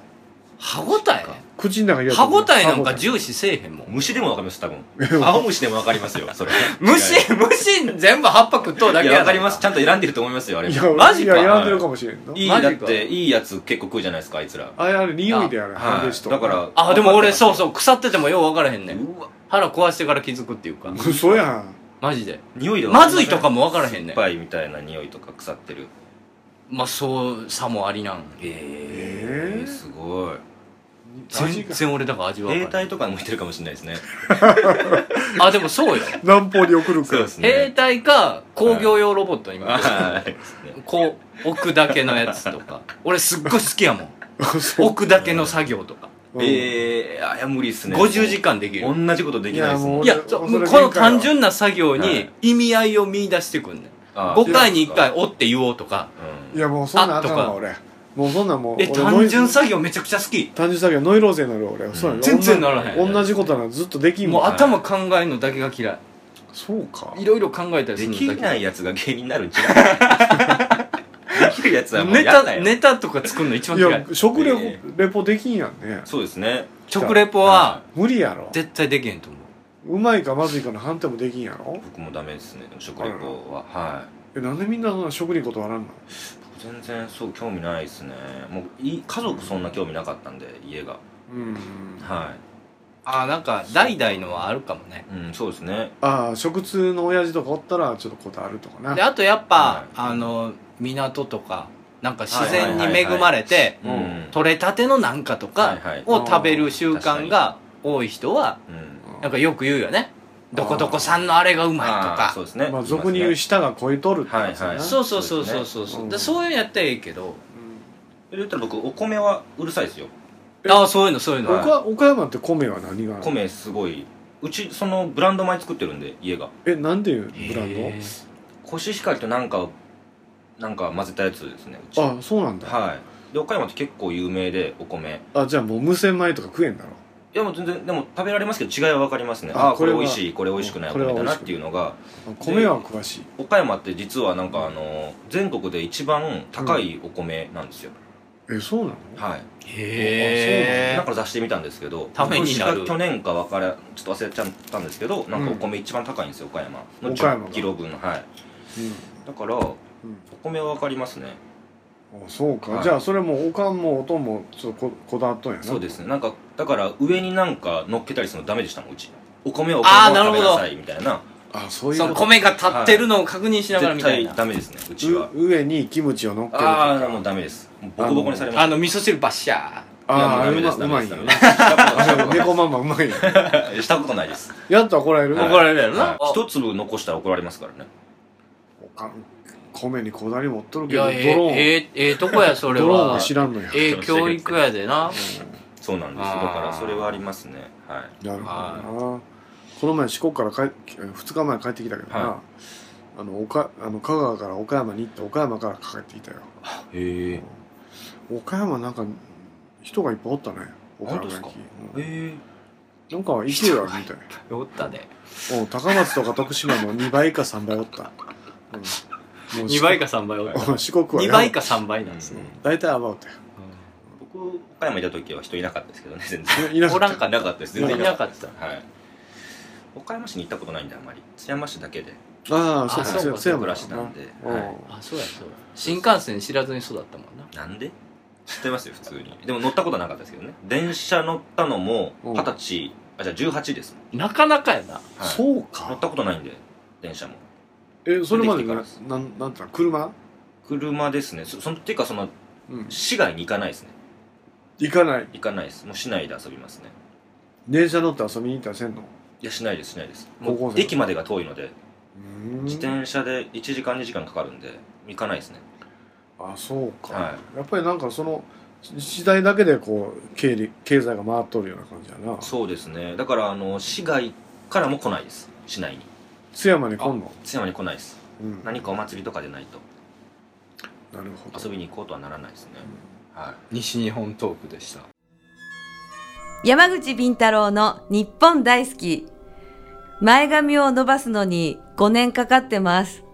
[SPEAKER 7] 歯ごた
[SPEAKER 1] 口の中入
[SPEAKER 7] え
[SPEAKER 1] れ
[SPEAKER 7] 歯ごたえなん
[SPEAKER 1] 歯
[SPEAKER 7] か
[SPEAKER 1] 応え
[SPEAKER 7] 重視せえへんもん
[SPEAKER 3] 虫でもわかります多分青虫でもわかりますよそれ
[SPEAKER 7] 虫
[SPEAKER 3] い
[SPEAKER 7] 虫全部葉っぱ食っとうだ
[SPEAKER 3] やいや
[SPEAKER 7] けや
[SPEAKER 3] わかりますちゃんと選んでると思いますよあれ
[SPEAKER 1] い
[SPEAKER 3] も
[SPEAKER 1] や
[SPEAKER 7] マジか
[SPEAKER 1] いや選んでるかもしれんの
[SPEAKER 3] いい
[SPEAKER 7] マジ
[SPEAKER 3] だ
[SPEAKER 7] か
[SPEAKER 3] っていいやつ結構食うじゃないですかあいつら
[SPEAKER 1] あれあれ匂いである
[SPEAKER 3] は
[SPEAKER 1] ハンデ
[SPEAKER 3] い
[SPEAKER 1] シと
[SPEAKER 3] だから
[SPEAKER 7] あでも俺そう
[SPEAKER 3] う
[SPEAKER 7] そう腐っててもよう分からへんねん
[SPEAKER 3] うわ
[SPEAKER 7] 腹壊してから気づくっていうか
[SPEAKER 1] 嘘やん
[SPEAKER 7] マジで
[SPEAKER 3] 匂いで
[SPEAKER 7] まずいとかも分からへんね
[SPEAKER 3] 酸っ
[SPEAKER 7] ん
[SPEAKER 3] ぱいみたいな匂いとか腐ってる
[SPEAKER 7] まあそうさもありなん
[SPEAKER 3] え
[SPEAKER 1] えー
[SPEAKER 3] すごい
[SPEAKER 7] 全然俺だから味わ
[SPEAKER 3] 兵
[SPEAKER 7] 分からへ
[SPEAKER 3] 隊とかに向いてるかもしれないですね
[SPEAKER 7] んあでもそうよ
[SPEAKER 1] 南方に送るか
[SPEAKER 3] そう
[SPEAKER 1] ら
[SPEAKER 3] です
[SPEAKER 7] 兵
[SPEAKER 3] ね
[SPEAKER 7] 隊か工業用ロボットに向けて
[SPEAKER 3] はい
[SPEAKER 7] こう置くだけのやつとか俺すっごい好きやもん
[SPEAKER 1] そう
[SPEAKER 7] 置くだけの作業とか
[SPEAKER 1] うん
[SPEAKER 3] えーあいや無理っすね
[SPEAKER 7] 50時間できる
[SPEAKER 3] 同じことできないです
[SPEAKER 1] いやも
[SPEAKER 3] も
[SPEAKER 1] うん
[SPEAKER 7] いや
[SPEAKER 1] 俺
[SPEAKER 7] そう
[SPEAKER 1] それ
[SPEAKER 7] この単純な作業
[SPEAKER 3] は
[SPEAKER 7] に
[SPEAKER 3] い
[SPEAKER 7] 意味合いを見出してくんねん
[SPEAKER 3] あー
[SPEAKER 7] 5回に1回「お」って言おうとか
[SPEAKER 1] いやもうそんなんあかん
[SPEAKER 7] あと
[SPEAKER 1] わ
[SPEAKER 7] か
[SPEAKER 1] 俺もうそんなんもう
[SPEAKER 7] え
[SPEAKER 1] 俺
[SPEAKER 7] 単純
[SPEAKER 1] ノイ
[SPEAKER 7] 作業めちゃくちゃ好き
[SPEAKER 1] 単純作業ノイローゼになるわ俺そうやろ
[SPEAKER 7] 全然ならへん
[SPEAKER 1] 同じ同じことならずっとできん
[SPEAKER 7] もう
[SPEAKER 1] もん
[SPEAKER 7] 頭考えるのだけが嫌い
[SPEAKER 1] そうか
[SPEAKER 7] いろいろ考えたりす
[SPEAKER 3] で
[SPEAKER 7] るのだ
[SPEAKER 3] き
[SPEAKER 7] け
[SPEAKER 3] な
[SPEAKER 7] 嫌い
[SPEAKER 3] いやつが芸人になるんじゃないできるやつはもう
[SPEAKER 7] ネ
[SPEAKER 3] やん
[SPEAKER 7] タ
[SPEAKER 3] ない
[SPEAKER 7] ネタとか作るの一番
[SPEAKER 1] い
[SPEAKER 7] 嫌
[SPEAKER 1] や
[SPEAKER 7] い
[SPEAKER 1] 食レポ
[SPEAKER 3] え
[SPEAKER 1] レポできんやんね
[SPEAKER 3] そうですね
[SPEAKER 2] 食レポは
[SPEAKER 1] 無理やろ
[SPEAKER 2] 絶対できへんと思う
[SPEAKER 1] うまいかまずいかの判定もできんやろ
[SPEAKER 3] 僕もダメですねでも食レポははい
[SPEAKER 1] えなんでみんなそんな食に断らんの
[SPEAKER 3] 僕全然そう興味ないですねもうい家族そんな興味なかったんで家が
[SPEAKER 1] うん
[SPEAKER 3] は
[SPEAKER 2] あーなんか代々のはあるかもね
[SPEAKER 3] い、うん、そうですね
[SPEAKER 1] ああ食通の親父とかおったらちょっと断るとかな
[SPEAKER 2] であとやっぱ、
[SPEAKER 3] はい
[SPEAKER 2] あの港とかなんか自
[SPEAKER 3] は
[SPEAKER 2] 然
[SPEAKER 3] い
[SPEAKER 2] に
[SPEAKER 3] はいはい
[SPEAKER 2] 恵
[SPEAKER 3] はい
[SPEAKER 2] まれて
[SPEAKER 1] うん
[SPEAKER 2] 取れたてのなんかと
[SPEAKER 3] は
[SPEAKER 2] か
[SPEAKER 3] いはい
[SPEAKER 2] を食べる習慣が多い人は
[SPEAKER 3] うん
[SPEAKER 1] うん
[SPEAKER 2] なんかよく言うよねどこどこさんのあれがうまいと
[SPEAKER 3] あー
[SPEAKER 2] か
[SPEAKER 3] そうですね
[SPEAKER 1] まあ俗に言う
[SPEAKER 3] し
[SPEAKER 1] 舌が超えとるってやつやな
[SPEAKER 3] はいはい
[SPEAKER 2] そうそうそうそうそう
[SPEAKER 1] そうですね
[SPEAKER 2] そう
[SPEAKER 1] うん
[SPEAKER 2] でそういうのやったらいいけど
[SPEAKER 3] 言ったら僕お米はうるさいですよ
[SPEAKER 1] え
[SPEAKER 2] ああそういうのそういう
[SPEAKER 1] うん
[SPEAKER 2] の
[SPEAKER 3] はい
[SPEAKER 1] 岡岡山って米は何がある
[SPEAKER 3] 米すごいうちそのブランド米作ってるんで家が
[SPEAKER 1] えなんていうブランド
[SPEAKER 2] へ
[SPEAKER 3] コシヒカリとなんかなんか混ぜたやつですねうち
[SPEAKER 1] あそうなんだ、
[SPEAKER 3] はいで岡山って結構有名でお米
[SPEAKER 1] あじゃあもう無洗米とか食えんだろ
[SPEAKER 3] いやもう全然でも食べられますけど違いは分かりますね
[SPEAKER 1] あ
[SPEAKER 3] ああーこれ
[SPEAKER 1] これは
[SPEAKER 3] 美味しいこれ美味しくないお
[SPEAKER 1] これは
[SPEAKER 3] 米だ
[SPEAKER 1] 美味し
[SPEAKER 3] なっ
[SPEAKER 1] く
[SPEAKER 3] ていうのが
[SPEAKER 1] あ米は詳しい
[SPEAKER 3] 岡山って実はなんかあの全国で一番高いお米なんですよ、
[SPEAKER 1] えそうなの
[SPEAKER 3] はい
[SPEAKER 2] え
[SPEAKER 3] だから出してみたんですけど
[SPEAKER 2] ためになる
[SPEAKER 3] 今年か去年か分からちょっと忘れちゃったんですけどなんかお米一番高いんですよ岡山の
[SPEAKER 1] 岡山が
[SPEAKER 3] 1 0キロ分のはいだからお
[SPEAKER 1] うん、
[SPEAKER 3] 米は分かりますね
[SPEAKER 1] うん、あそうか、
[SPEAKER 3] はい
[SPEAKER 1] じゃあそれもおかんもおとんもちょっとここだわっとんやな
[SPEAKER 3] そうですねなんかだから上になんか乗っけたりするのダメでしたもんうちお米をお
[SPEAKER 2] あー
[SPEAKER 3] 米を食べ
[SPEAKER 2] なるほ
[SPEAKER 3] な
[SPEAKER 2] ど
[SPEAKER 3] さいみたいな
[SPEAKER 1] あそういう
[SPEAKER 2] そ
[SPEAKER 1] こ
[SPEAKER 2] の
[SPEAKER 1] と
[SPEAKER 2] 米が立ってるのを確認しながらみ
[SPEAKER 3] 絶
[SPEAKER 2] た
[SPEAKER 3] 対
[SPEAKER 2] いな
[SPEAKER 3] ダメですねうちは
[SPEAKER 1] う上にキムチを乗っけるとか
[SPEAKER 3] ああもうダメですもうボコボコにされま
[SPEAKER 2] あ
[SPEAKER 3] す
[SPEAKER 2] の味噌汁バッシャ
[SPEAKER 1] ああ
[SPEAKER 3] いや
[SPEAKER 1] う
[SPEAKER 3] もう
[SPEAKER 1] ま
[SPEAKER 3] ダ
[SPEAKER 1] う
[SPEAKER 3] メ
[SPEAKER 1] ま
[SPEAKER 3] で
[SPEAKER 1] い
[SPEAKER 3] す
[SPEAKER 1] よ
[SPEAKER 3] ダメです
[SPEAKER 1] あでも 猫ママうまいよ
[SPEAKER 3] したことないです
[SPEAKER 1] やったら怒られる、
[SPEAKER 2] ー怒られるやろな
[SPEAKER 3] はい一粒残したら怒られますからね
[SPEAKER 1] おかん米にこだわり持っとる
[SPEAKER 2] い
[SPEAKER 1] けど
[SPEAKER 2] や
[SPEAKER 1] ドロ
[SPEAKER 2] え
[SPEAKER 1] ーン、
[SPEAKER 2] ええええとこやそれ
[SPEAKER 1] ドローンは
[SPEAKER 2] は
[SPEAKER 1] 知らんのや、
[SPEAKER 2] ええ教育やでな
[SPEAKER 3] そうなんですだ
[SPEAKER 2] あー
[SPEAKER 3] からそれはありますねはい
[SPEAKER 1] なるほどなこの前四国から帰2日前帰ってきたけどな、
[SPEAKER 3] は
[SPEAKER 1] あの岡あの香川から岡山に行って岡山から帰ってきたよ
[SPEAKER 3] へえ
[SPEAKER 1] 岡山なんか人がいっぱいおったね岡山
[SPEAKER 3] 本当
[SPEAKER 1] 駅
[SPEAKER 3] ですか
[SPEAKER 1] うん
[SPEAKER 3] え
[SPEAKER 1] なんか勢いあるみたい
[SPEAKER 2] おったね
[SPEAKER 1] うん高松とか徳島の2倍か3倍おった、うん、もう四
[SPEAKER 2] 2倍か3倍おった
[SPEAKER 1] 国四国はや
[SPEAKER 2] 2
[SPEAKER 1] ばい
[SPEAKER 2] 倍か3倍なんですね
[SPEAKER 1] 大体アバウトや
[SPEAKER 3] 僕岡山いた時は人いなかったですけどね全然
[SPEAKER 1] いなく
[SPEAKER 2] お
[SPEAKER 1] て
[SPEAKER 2] らんかっ
[SPEAKER 3] な
[SPEAKER 2] た
[SPEAKER 3] かったです
[SPEAKER 2] 全
[SPEAKER 3] 全
[SPEAKER 2] 然
[SPEAKER 3] 然
[SPEAKER 2] い
[SPEAKER 3] い
[SPEAKER 2] な
[SPEAKER 3] な
[SPEAKER 2] か
[SPEAKER 3] か
[SPEAKER 2] っ
[SPEAKER 3] ったたはい岡山市に行ったことないんであんまり津山市だけで
[SPEAKER 1] ああ
[SPEAKER 2] あ
[SPEAKER 1] そう
[SPEAKER 2] そう
[SPEAKER 1] か
[SPEAKER 2] か
[SPEAKER 1] せやも
[SPEAKER 3] 暮
[SPEAKER 1] な
[SPEAKER 3] らしてたんで
[SPEAKER 1] うん
[SPEAKER 3] はい
[SPEAKER 2] あそうやそうや新幹線知らずに育ったもん
[SPEAKER 3] な
[SPEAKER 2] な
[SPEAKER 3] んで知ってますよ普通にでも乗ったことはなかったですけどね 電車乗ったのも
[SPEAKER 1] うん
[SPEAKER 3] 二十歳あじゃあ18ですもん
[SPEAKER 2] なかなかやな
[SPEAKER 3] はい
[SPEAKER 1] そう
[SPEAKER 3] 乗
[SPEAKER 1] か
[SPEAKER 3] ったことないんで電車も
[SPEAKER 1] えそれまで
[SPEAKER 3] 出てきて
[SPEAKER 1] な
[SPEAKER 3] か
[SPEAKER 1] な
[SPEAKER 3] ら
[SPEAKER 1] んなんていうの車、
[SPEAKER 3] 車ですねそそのっていうかその
[SPEAKER 1] うん、
[SPEAKER 3] 市外に行かないですね
[SPEAKER 1] 行かない
[SPEAKER 3] 行かないですもう市内で遊びますね
[SPEAKER 1] 電車乗って遊びに行ったりせんの
[SPEAKER 3] いやしないですしないです
[SPEAKER 1] 高
[SPEAKER 3] も
[SPEAKER 1] 校
[SPEAKER 3] う
[SPEAKER 1] 生
[SPEAKER 3] 駅までが遠いので
[SPEAKER 1] うん
[SPEAKER 3] 自転車で1時間2時間かかるんで行かないですね
[SPEAKER 1] あそうか、
[SPEAKER 3] は
[SPEAKER 1] やっぱりなんかその時代だけでこう経理経済が回っとるような感じやな
[SPEAKER 3] そうですねだからあの市外からも来ないです市内に
[SPEAKER 1] 津山に来んの、
[SPEAKER 3] 津山に来ないです
[SPEAKER 1] うん、なる
[SPEAKER 3] 何かお祭りとかでないと
[SPEAKER 1] ほど
[SPEAKER 3] 遊びに行こうとはならないですね、はい
[SPEAKER 2] 西日本トークでした
[SPEAKER 6] 山口敏太郎の日本大好き。前髪を伸ばすのに5年かかってます。